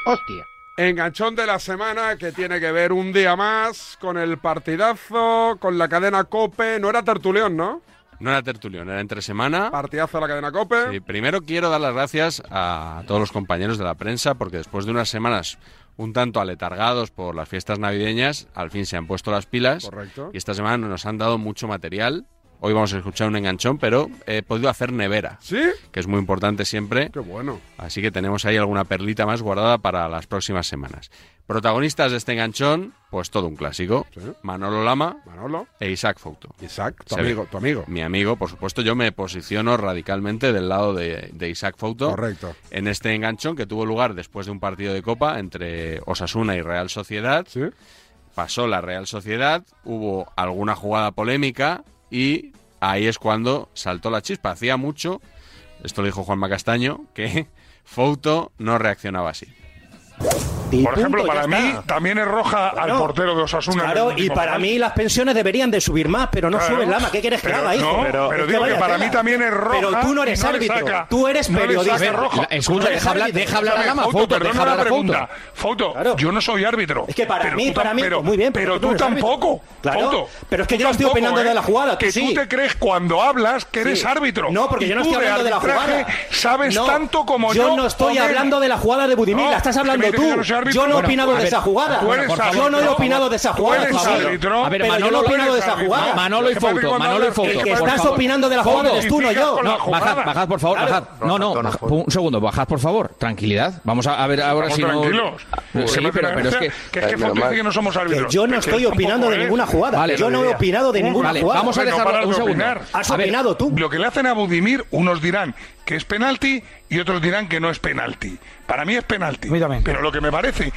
Speaker 38: Hostia.
Speaker 1: Enganchón de la semana que tiene que ver un día más con el partidazo, con la cadena Cope. No era Tertulión, ¿no?
Speaker 2: No era tertulión, era entre semana.
Speaker 1: Partidazo de la cadena Cope.
Speaker 2: Sí, primero quiero dar las gracias a todos los compañeros de la prensa porque después de unas semanas un tanto aletargados por las fiestas navideñas, al fin se han puesto las pilas.
Speaker 1: Correcto.
Speaker 2: Y esta semana nos han dado mucho material. Hoy vamos a escuchar un enganchón, pero he podido hacer nevera.
Speaker 1: ¿Sí?
Speaker 2: Que es muy importante siempre.
Speaker 1: Qué bueno.
Speaker 2: Así que tenemos ahí alguna perlita más guardada para las próximas semanas. Protagonistas de este enganchón, pues todo un clásico. Manolo Lama
Speaker 1: Manolo.
Speaker 2: e Isaac Fouto.
Speaker 1: Isaac, tu
Speaker 2: Se
Speaker 1: amigo,
Speaker 2: ve.
Speaker 1: tu amigo.
Speaker 2: Mi amigo, por supuesto, yo me posiciono radicalmente del lado de, de Isaac Fouto.
Speaker 1: Correcto.
Speaker 2: En este enganchón que tuvo lugar después de un partido de copa entre Osasuna y Real Sociedad. Pasó la Real Sociedad, hubo alguna jugada polémica y ahí es cuando saltó la chispa. Hacía mucho, esto lo dijo Juanma Castaño, que Fouto no reaccionaba así.
Speaker 25: Por ejemplo, para mí también es roja al
Speaker 2: Bueno,
Speaker 25: portero de Osasuna.
Speaker 7: Claro, y para mí las pensiones deberían de subir más, pero no
Speaker 25: Claro.
Speaker 7: suben Lama. ¿Qué quieres que
Speaker 25: Pero
Speaker 7: haga, hijo?
Speaker 25: no, pero
Speaker 7: Es
Speaker 25: digo que
Speaker 7: vaya
Speaker 25: para
Speaker 7: tela.
Speaker 25: mí también es roja
Speaker 7: Pero tú no eres
Speaker 25: y no le
Speaker 7: árbitro,
Speaker 25: saca.
Speaker 7: tú eres
Speaker 25: No le
Speaker 7: periodista.
Speaker 25: saca roja.
Speaker 7: Escucha,
Speaker 25: No le
Speaker 7: deja hablar-
Speaker 25: árbitro.
Speaker 7: deja hablar a
Speaker 25: Escúchame,
Speaker 7: Lama,
Speaker 25: Fouto,
Speaker 7: Fouto,
Speaker 25: perdona
Speaker 7: deja hablar
Speaker 25: la
Speaker 7: a Fouto.
Speaker 25: pregunta. Fouto, yo no soy árbitro.
Speaker 7: Es que para
Speaker 25: Pero
Speaker 7: mí,
Speaker 25: tú
Speaker 7: para
Speaker 25: tam-
Speaker 7: mí,
Speaker 25: pero-
Speaker 7: muy bien,
Speaker 25: pero tú
Speaker 7: no eres árbitro.
Speaker 25: tampoco.
Speaker 7: Claro,
Speaker 25: Fouto.
Speaker 7: pero es que
Speaker 25: Tú
Speaker 7: yo no estoy
Speaker 25: tampoco,
Speaker 7: opinando de
Speaker 25: ¿eh?
Speaker 7: la jugada,
Speaker 25: Que
Speaker 7: sí.
Speaker 25: tú te crees cuando hablas que eres
Speaker 7: Sí.
Speaker 25: árbitro.
Speaker 7: No, porque
Speaker 25: Y
Speaker 7: yo no
Speaker 25: tú
Speaker 7: estoy hablando de la
Speaker 25: arbitraje
Speaker 7: jugada.
Speaker 25: Sabes
Speaker 7: No,
Speaker 25: tanto como yo.
Speaker 7: Yo no estoy
Speaker 25: o menos.
Speaker 7: hablando de la jugada de Budimir,
Speaker 25: No,
Speaker 7: la estás
Speaker 25: que
Speaker 7: hablando
Speaker 25: me dice
Speaker 7: tú.
Speaker 25: que no soy árbitro.
Speaker 7: Yo no he
Speaker 25: Bueno,
Speaker 7: opinado
Speaker 25: a
Speaker 7: de
Speaker 25: ver,
Speaker 7: esa jugada.
Speaker 25: tú eres
Speaker 7: Por favor, yo no he
Speaker 25: árbitro.
Speaker 7: opinado de esa
Speaker 25: Tú
Speaker 7: jugada,
Speaker 25: eres
Speaker 7: Fabio.
Speaker 25: árbitro.
Speaker 7: A ver, pero yo no he opinado de esa jugada.
Speaker 6: Manolo y Fouto, Manolo y Fouto.
Speaker 7: El que
Speaker 6: por
Speaker 7: estás
Speaker 6: favor.
Speaker 7: opinando de la jugada eres tú, no yo.
Speaker 6: No, bajad, bajad, por favor,
Speaker 7: Claro.
Speaker 6: bajad. No, no,
Speaker 7: Roja,
Speaker 6: baja- un segundo, bajad, por favor. Tranquilidad. Vamos a, a ver ahora
Speaker 25: Estamos
Speaker 6: si no...
Speaker 25: tranquilos.
Speaker 6: Sí,
Speaker 25: Se me hace
Speaker 6: pero,
Speaker 25: una
Speaker 6: pero es que...
Speaker 25: gracia que es que Fouto dice que no somos árbitros.
Speaker 7: Que yo no
Speaker 25: Es que
Speaker 7: estoy
Speaker 25: tampoco ¿eh?
Speaker 7: opinando de
Speaker 25: es.
Speaker 7: ninguna jugada.
Speaker 25: Vale,
Speaker 7: Yo no he
Speaker 25: idea.
Speaker 7: opinado de ninguna
Speaker 25: Vale,
Speaker 7: jugada.
Speaker 25: Vamos a dejarlo
Speaker 39: un segundo.
Speaker 7: Has opinado tú.
Speaker 25: Lo que le hacen a Budimir, unos dirán que es penalti y otros dirán que no es penalti. Para mí es penalti. Pero lo que me parece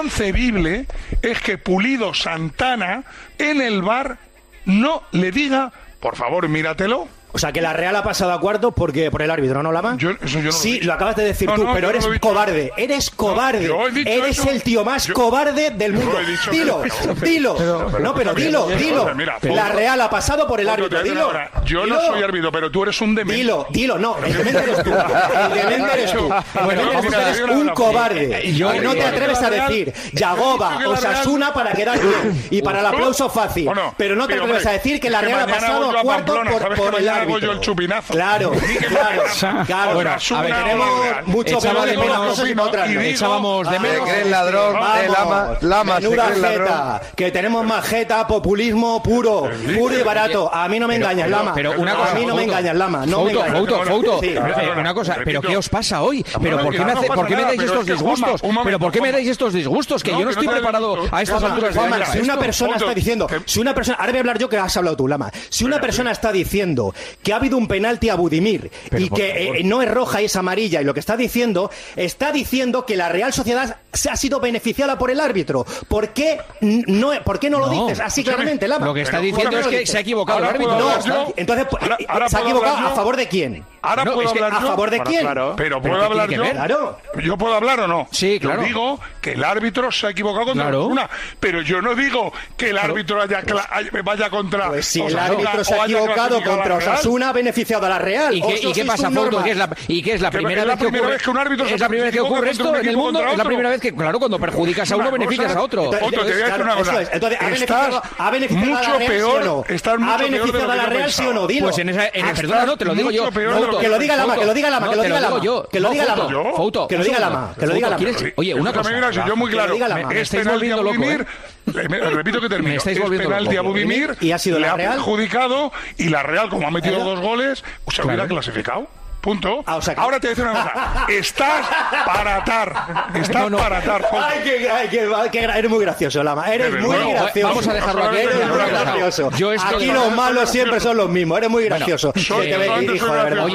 Speaker 25: inconcebible es que Pulido Santana en el bar no le diga, por favor, míratelo.
Speaker 7: O sea, que la Real ha pasado a cuartos porque por el árbitro, ¿no, Lama?
Speaker 25: no lo
Speaker 7: sí,
Speaker 25: he
Speaker 7: lo, acabas de decir
Speaker 25: No,
Speaker 7: tú,
Speaker 25: no, yo
Speaker 7: pero
Speaker 25: no
Speaker 7: eres
Speaker 25: lo he dicho.
Speaker 7: cobarde. Eres cobarde.
Speaker 25: yo he dicho
Speaker 7: eres
Speaker 25: eso.
Speaker 7: el tío más
Speaker 25: Yo-
Speaker 7: cobarde del
Speaker 25: Yo no
Speaker 7: mundo.
Speaker 25: he dicho
Speaker 7: dilo,
Speaker 25: eso.
Speaker 7: dilo.
Speaker 25: Pero- pero-
Speaker 7: no, pero
Speaker 25: mira,
Speaker 7: dilo,
Speaker 25: mira,
Speaker 7: dilo.
Speaker 25: mira,
Speaker 7: la
Speaker 25: Fouto-
Speaker 7: Real ha pasado por el
Speaker 25: Fouto,
Speaker 7: árbitro.
Speaker 25: te voy a decir
Speaker 7: Dilo.
Speaker 25: una cosa. Yo no
Speaker 7: Dilo.
Speaker 25: soy árbitro, pero tú eres un demente.
Speaker 7: Dilo, dilo, no, el demente eres tú. El demente eres tú. El
Speaker 25: Bueno,
Speaker 7: demente eres tú,
Speaker 25: mira,
Speaker 7: eres
Speaker 25: yo no
Speaker 7: un
Speaker 25: lo-
Speaker 7: cobarde.
Speaker 25: Eh, yo-
Speaker 7: y no te
Speaker 25: yo-
Speaker 7: atreves a decir Yagoba,
Speaker 25: Yo-
Speaker 7: Osasuna para quedar bien y para el aplauso fácil.
Speaker 25: Bueno,
Speaker 7: Pero no te
Speaker 25: tío,
Speaker 7: atreves a
Speaker 25: hombre,
Speaker 7: decir que la
Speaker 25: que
Speaker 7: Real ha
Speaker 25: mañana
Speaker 7: pasado
Speaker 25: vuelvo a
Speaker 7: cuarto
Speaker 25: Pamplona,
Speaker 7: por,
Speaker 25: ¿sabes que
Speaker 7: por el
Speaker 25: mañana hago
Speaker 7: árbitro.
Speaker 25: yo el chupinazo?
Speaker 7: Claro,
Speaker 25: Ni que
Speaker 7: claro,
Speaker 25: mañana.
Speaker 7: claro.
Speaker 25: Bueno, a ver,
Speaker 7: tenemos
Speaker 25: Real.
Speaker 7: muchos
Speaker 25: Echábamos
Speaker 7: valores para
Speaker 25: menos-
Speaker 7: unas cosas y para otras. no.
Speaker 25: y digo- Echábamos de
Speaker 7: Ah,
Speaker 25: menos-
Speaker 7: sí,
Speaker 25: Te
Speaker 7: sí.
Speaker 25: crees ladrón, te
Speaker 7: Vamos.
Speaker 25: lama- lama, te
Speaker 7: Menuda
Speaker 25: crees ladrón.
Speaker 7: jeta, Que tenemos majeta, populismo puro, puro y barato. A mí no me
Speaker 6: Pero-
Speaker 7: engañas,
Speaker 6: pero-
Speaker 7: Lama.
Speaker 6: Pero una cosa,
Speaker 7: a mí no me
Speaker 6: Fouto.
Speaker 7: engañas, Lama. No me
Speaker 6: Fouto,
Speaker 7: engañas.
Speaker 6: Fouto, Fouto.
Speaker 7: Sí.
Speaker 6: Eh, Una cosa, pero ¿qué os pasa hoy? ¿Pero
Speaker 38: Bueno,
Speaker 6: por qué
Speaker 38: que
Speaker 6: me,
Speaker 38: no
Speaker 6: hace-
Speaker 38: pasa
Speaker 6: por qué me
Speaker 38: nada,
Speaker 6: dais
Speaker 38: pero
Speaker 6: estos
Speaker 38: es que, Juanma,
Speaker 6: disgustos?
Speaker 38: un momento,
Speaker 6: ¿Pero por qué me
Speaker 38: Juanma.
Speaker 6: dais estos disgustos? Que
Speaker 38: No,
Speaker 6: yo no
Speaker 38: que no
Speaker 6: estoy
Speaker 38: te hagas
Speaker 6: preparado
Speaker 38: disgustos.
Speaker 6: a estas
Speaker 7: Juanma,
Speaker 6: alturas. de
Speaker 7: Juanma,
Speaker 6: la vida
Speaker 7: si una
Speaker 6: esto.
Speaker 7: persona está diciendo, si una persona, ahora voy a hablar yo que has hablado tú, Lama, si una persona está diciendo que ha habido un penalti a Budimir y
Speaker 6: por
Speaker 7: que
Speaker 6: favor.
Speaker 7: eh, no es roja y es amarilla y lo que está diciendo, está diciendo que la Real Sociedad se ha sido beneficiada por el árbitro. ¿Por qué n- no, por qué no lo dices así claramente, Lama?
Speaker 6: lo que está
Speaker 7: ¿Por qué
Speaker 6: diciendo
Speaker 7: no
Speaker 6: es
Speaker 7: lo
Speaker 6: que
Speaker 7: dices?
Speaker 6: se ha equivocado
Speaker 7: Ahora
Speaker 6: el árbitro.
Speaker 7: puedo
Speaker 6: No,
Speaker 7: hablar
Speaker 6: está-
Speaker 7: yo. entonces pues,
Speaker 6: ahora-
Speaker 7: eh,
Speaker 6: ahora
Speaker 7: se ha
Speaker 6: puedo
Speaker 7: equivocado
Speaker 6: hablar
Speaker 7: a
Speaker 6: yo.
Speaker 7: favor de quién?
Speaker 25: Ahora
Speaker 7: No,
Speaker 25: puedo
Speaker 7: es que,
Speaker 25: hablar
Speaker 7: a
Speaker 25: yo.
Speaker 7: favor de
Speaker 25: Bueno,
Speaker 7: quién?
Speaker 25: claro. Pero puedo
Speaker 7: ¿qué tiene
Speaker 25: hablar
Speaker 7: que
Speaker 25: yo.
Speaker 7: ver? Claro.
Speaker 25: Yo puedo hablar o no.
Speaker 6: Sí,
Speaker 25: Yo
Speaker 6: claro.
Speaker 25: digo que el árbitro se ha equivocado contra
Speaker 6: Claro.
Speaker 25: una, pero yo no digo que el árbitro haya cla- haya- vaya contra.
Speaker 7: Pues si el
Speaker 25: Osasuna
Speaker 7: árbitro se
Speaker 25: o
Speaker 7: ha
Speaker 25: haya
Speaker 7: equivocado
Speaker 25: clasificado a la
Speaker 7: contra
Speaker 25: Real.
Speaker 7: Osasuna, ha beneficiado a la Real.
Speaker 6: ¿Y qué, y qué pasa, Fouto? ¿Qué es la, ¿Y qué es la
Speaker 25: Que
Speaker 6: primera,
Speaker 25: es la
Speaker 6: vez, que
Speaker 25: primera
Speaker 6: ocurre,
Speaker 25: vez que un árbitro se
Speaker 6: ¿Es la primera vez que ocurre
Speaker 25: equivoca contra
Speaker 6: esto
Speaker 25: un
Speaker 6: en el
Speaker 25: equipo
Speaker 6: mundo?
Speaker 25: contra
Speaker 6: Es la
Speaker 25: otro.
Speaker 6: primera vez que, claro, cuando perjudicas a
Speaker 25: Una
Speaker 6: uno,
Speaker 25: cosa-
Speaker 6: beneficias a otro.
Speaker 25: Entonces, Fouto, te voy a decir
Speaker 7: claro,
Speaker 25: una
Speaker 7: eso
Speaker 25: cosa.
Speaker 7: es. Entonces, ¿ha
Speaker 25: Estás
Speaker 7: beneficiado- ha beneficiado a la
Speaker 25: mucho
Speaker 7: Real, sí o no?
Speaker 25: peor.
Speaker 7: ¿Ha
Speaker 25: estás mucho peor de lo
Speaker 7: beneficiado
Speaker 25: que
Speaker 7: a la
Speaker 25: yo
Speaker 7: Real, sí o no?
Speaker 25: pensaba.
Speaker 7: Dilo.
Speaker 6: Pues en esa, en,
Speaker 25: Estás
Speaker 6: perdona, no, te lo digo yo.
Speaker 25: mucho peor de
Speaker 6: Fouto,
Speaker 25: lo
Speaker 7: que lo diga Lama,
Speaker 6: Fouto,
Speaker 7: que lo diga Lama,
Speaker 6: no,
Speaker 7: que lo
Speaker 6: te
Speaker 7: diga Lama,
Speaker 6: yo.
Speaker 7: que lo
Speaker 6: No,
Speaker 7: diga
Speaker 6: Fouto,
Speaker 7: Lama.
Speaker 6: yo. Fouto,
Speaker 7: Que lo diga
Speaker 6: Fouto,
Speaker 7: Lama, que lo diga
Speaker 6: Fouto,
Speaker 7: Lama.
Speaker 6: ¿quieres- Oye, una
Speaker 25: Escúchame,
Speaker 6: cosa.
Speaker 25: mira, si yo muy
Speaker 7: Que lo
Speaker 25: claro.
Speaker 7: diga Lama.
Speaker 25: es
Speaker 7: Me estáis
Speaker 25: penalti a
Speaker 7: volviendo loco,
Speaker 25: Budimir. Le- me- repito que termino.
Speaker 6: ¿eh? Me estáis
Speaker 25: es
Speaker 6: volviendo
Speaker 25: penalti
Speaker 6: loco. ¿eh?
Speaker 25: a Budimir.
Speaker 7: ¿Y ha sido
Speaker 25: le
Speaker 7: la
Speaker 25: ha
Speaker 7: Real?
Speaker 25: perjudicado y la Real, como ha metido dos goles, se hubiera
Speaker 6: Claro. Ah,
Speaker 25: clasificado. Punto. Ahora te voy a decir una cosa. Estás para atar. Estás
Speaker 7: No, no.
Speaker 25: para atar. Juan.
Speaker 7: Ay, qué, ay, qué- qué gra- eres muy gracioso, Lama. Eres
Speaker 25: Desde
Speaker 7: muy
Speaker 25: luego.
Speaker 7: gracioso.
Speaker 25: Vamos a dejarlo aquí.
Speaker 6: ¿eh?
Speaker 7: Eres
Speaker 25: Desde
Speaker 7: muy
Speaker 25: luego.
Speaker 7: gracioso.
Speaker 25: Yo esto-
Speaker 7: Aquí los malos siempre son los mismos. Eres muy
Speaker 25: Bueno,
Speaker 7: gracioso.
Speaker 25: soy
Speaker 7: Que te ve-
Speaker 25: totalmente
Speaker 7: hijo, de
Speaker 25: soy
Speaker 7: verdad.
Speaker 25: gracioso.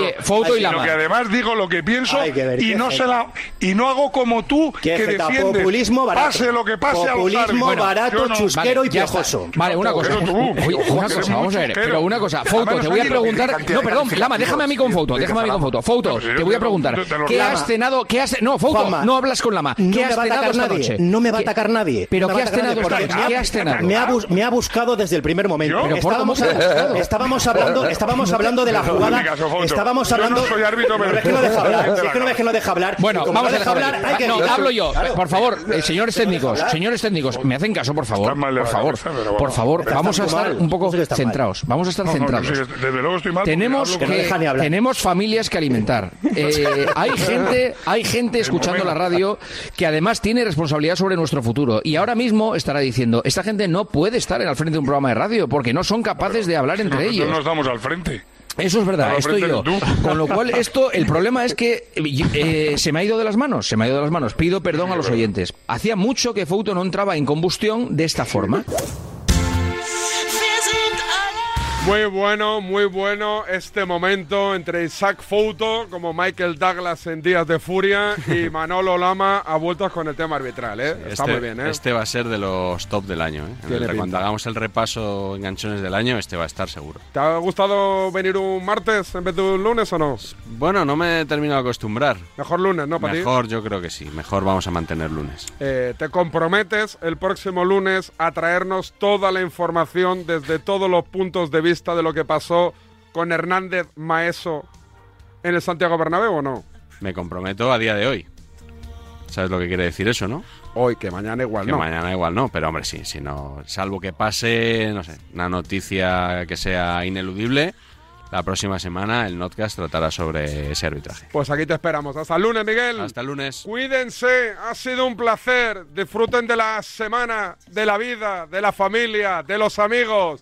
Speaker 7: Ay, sí,
Speaker 25: Sino que además digo lo que pienso y
Speaker 7: qué
Speaker 25: no
Speaker 7: gente.
Speaker 25: se la y no hago como tú que
Speaker 7: Qué jeta,
Speaker 25: defiendes.
Speaker 7: populismo barato.
Speaker 25: Pase lo que pase a los
Speaker 7: Populismo
Speaker 25: árbitros.
Speaker 7: Bueno, barato,
Speaker 25: Yo no-
Speaker 7: chusquero y
Speaker 6: ya está.
Speaker 7: piojoso.
Speaker 6: Vale, una cosa.
Speaker 25: Pero tú,
Speaker 6: Oye, una
Speaker 25: ojo, que eres
Speaker 6: cosa, vamos
Speaker 25: muy
Speaker 6: a ver.
Speaker 25: chusquero.
Speaker 6: Pero una cosa,
Speaker 25: Además,
Speaker 6: Fouto, te voy a
Speaker 25: oye, lo que dice
Speaker 6: preguntar.
Speaker 25: cantidad
Speaker 6: No, perdón,
Speaker 25: de
Speaker 6: Lama,
Speaker 25: calificativos,
Speaker 6: déjame a mí con
Speaker 25: tío,
Speaker 6: Fouto,
Speaker 25: de
Speaker 6: déjame a mí con
Speaker 25: Zaragoza.
Speaker 6: Fouto. Fouto,
Speaker 25: Pero si yo
Speaker 6: te voy a
Speaker 25: te-
Speaker 6: preguntar.
Speaker 25: te lo
Speaker 6: ¿Qué
Speaker 25: reclamo.
Speaker 6: has cenado? ¿Qué has No, Fouto,
Speaker 7: Juanma,
Speaker 6: no hablas con Lama.
Speaker 7: No
Speaker 6: ¿Qué
Speaker 7: me
Speaker 6: has
Speaker 7: va a
Speaker 6: cenado
Speaker 7: atacar
Speaker 6: esta
Speaker 7: nadie.
Speaker 6: noche?
Speaker 7: No me va a
Speaker 6: ¿Qué-
Speaker 7: atacar nadie.
Speaker 6: ¿Pero
Speaker 7: No me
Speaker 6: qué
Speaker 7: va a
Speaker 6: has
Speaker 7: atacar
Speaker 6: cenado
Speaker 7: nadie,
Speaker 6: esta
Speaker 7: porque
Speaker 6: noche?
Speaker 7: me
Speaker 6: ¿Qué
Speaker 7: ha-
Speaker 6: has cenado?
Speaker 7: Me ha, bus- me ha buscado desde el primer momento.
Speaker 25: ¿Yo?
Speaker 7: Estábamos,
Speaker 25: ¿Pero por
Speaker 7: a-
Speaker 25: qué?
Speaker 7: estábamos hablando, estábamos hablando de la
Speaker 25: Pero
Speaker 7: jugada.
Speaker 25: hazme caso, Fouto.
Speaker 7: estábamos
Speaker 25: Yo no
Speaker 7: hablando.
Speaker 25: soy árbitro,
Speaker 7: Pero
Speaker 25: pero-
Speaker 7: es que no deja hablar.
Speaker 25: Pero-
Speaker 7: si es que no es que no deja hablar. Y
Speaker 6: Bueno,
Speaker 7: como
Speaker 6: vamos
Speaker 7: no
Speaker 6: a
Speaker 7: deja
Speaker 6: dejar
Speaker 7: hablar. Hay que
Speaker 6: No,
Speaker 7: decirlo.
Speaker 6: hablo yo.
Speaker 7: Claro.
Speaker 6: Por favor, señores técnicos,
Speaker 7: hablar.
Speaker 6: señores técnicos, me hacen caso, por favor.
Speaker 25: mal de
Speaker 6: Por
Speaker 25: la
Speaker 6: favor,
Speaker 25: cabeza, pero
Speaker 6: por
Speaker 25: vamos.
Speaker 6: favor,
Speaker 25: Estás
Speaker 6: vamos a
Speaker 25: muy
Speaker 6: estar
Speaker 25: mal.
Speaker 6: un poco
Speaker 25: No sé que estás mal.
Speaker 6: centrados. Vamos a estar
Speaker 25: No, no,
Speaker 6: centrados.
Speaker 25: sí, desde luego estoy mal. porque
Speaker 6: Tenemos
Speaker 25: hablo con-
Speaker 6: que tenemos familias que alimentar. Eh, hay gente, hay gente escuchando la radio que además tiene responsabilidad sobre nuestro futuro y ahora mismo estará diciendo esta gente no puede estar en al frente de un programa de radio porque no son capaces de hablar entre
Speaker 25: Nosotros
Speaker 6: ellos.
Speaker 25: nos damos al frente.
Speaker 6: Eso es
Speaker 25: Al
Speaker 6: verdad, estoy yo.
Speaker 25: frente eres tú.
Speaker 6: Con lo cual, esto, el problema es que eh, se me ha ido de las manos, se me ha ido de las manos. Pido perdón a los oyentes. Hacía mucho que Fouto no entraba en combustión de esta forma.
Speaker 1: Muy bueno, muy bueno este momento entre Isaac Fouto, como Michael Douglas en Días de Furia, y Manolo Lama a vueltas con el tema arbitral, ¿eh? Está
Speaker 2: este,
Speaker 1: muy bien, ¿eh?
Speaker 2: este va a ser de los top del año. ¿eh?
Speaker 1: Tiene
Speaker 2: En el-
Speaker 1: pinta.
Speaker 2: cuando hagamos el repaso enganchones del año, este va a estar seguro.
Speaker 1: ¿Te ha gustado venir un martes en vez de un lunes o no?
Speaker 2: Bueno, no me he terminado de acostumbrar.
Speaker 1: Mejor lunes, ¿no, para ti?
Speaker 2: Mejor, yo creo que sí. Mejor vamos a mantener lunes.
Speaker 1: Eh, te comprometes el próximo lunes a traernos toda la información desde todos los puntos de vista de lo que pasó con Hernández Maeso en el Santiago Bernabéu o no?
Speaker 2: Me comprometo a día de hoy. ¿Sabes lo que quiere decir eso, no?
Speaker 1: Hoy, que mañana igual
Speaker 2: Que
Speaker 1: Pues no.
Speaker 2: mañana igual no, pero hombre, sí, si no, salvo que pase, no sé, una noticia que sea ineludible, la próxima semana el Notcast tratará sobre ese arbitraje.
Speaker 1: Pues aquí te esperamos. Hasta el lunes, Miguel. Hasta
Speaker 2: el lunes.
Speaker 1: Cuídense, ha sido un placer. Disfruten de la semana, de la vida, de la familia, de los amigos.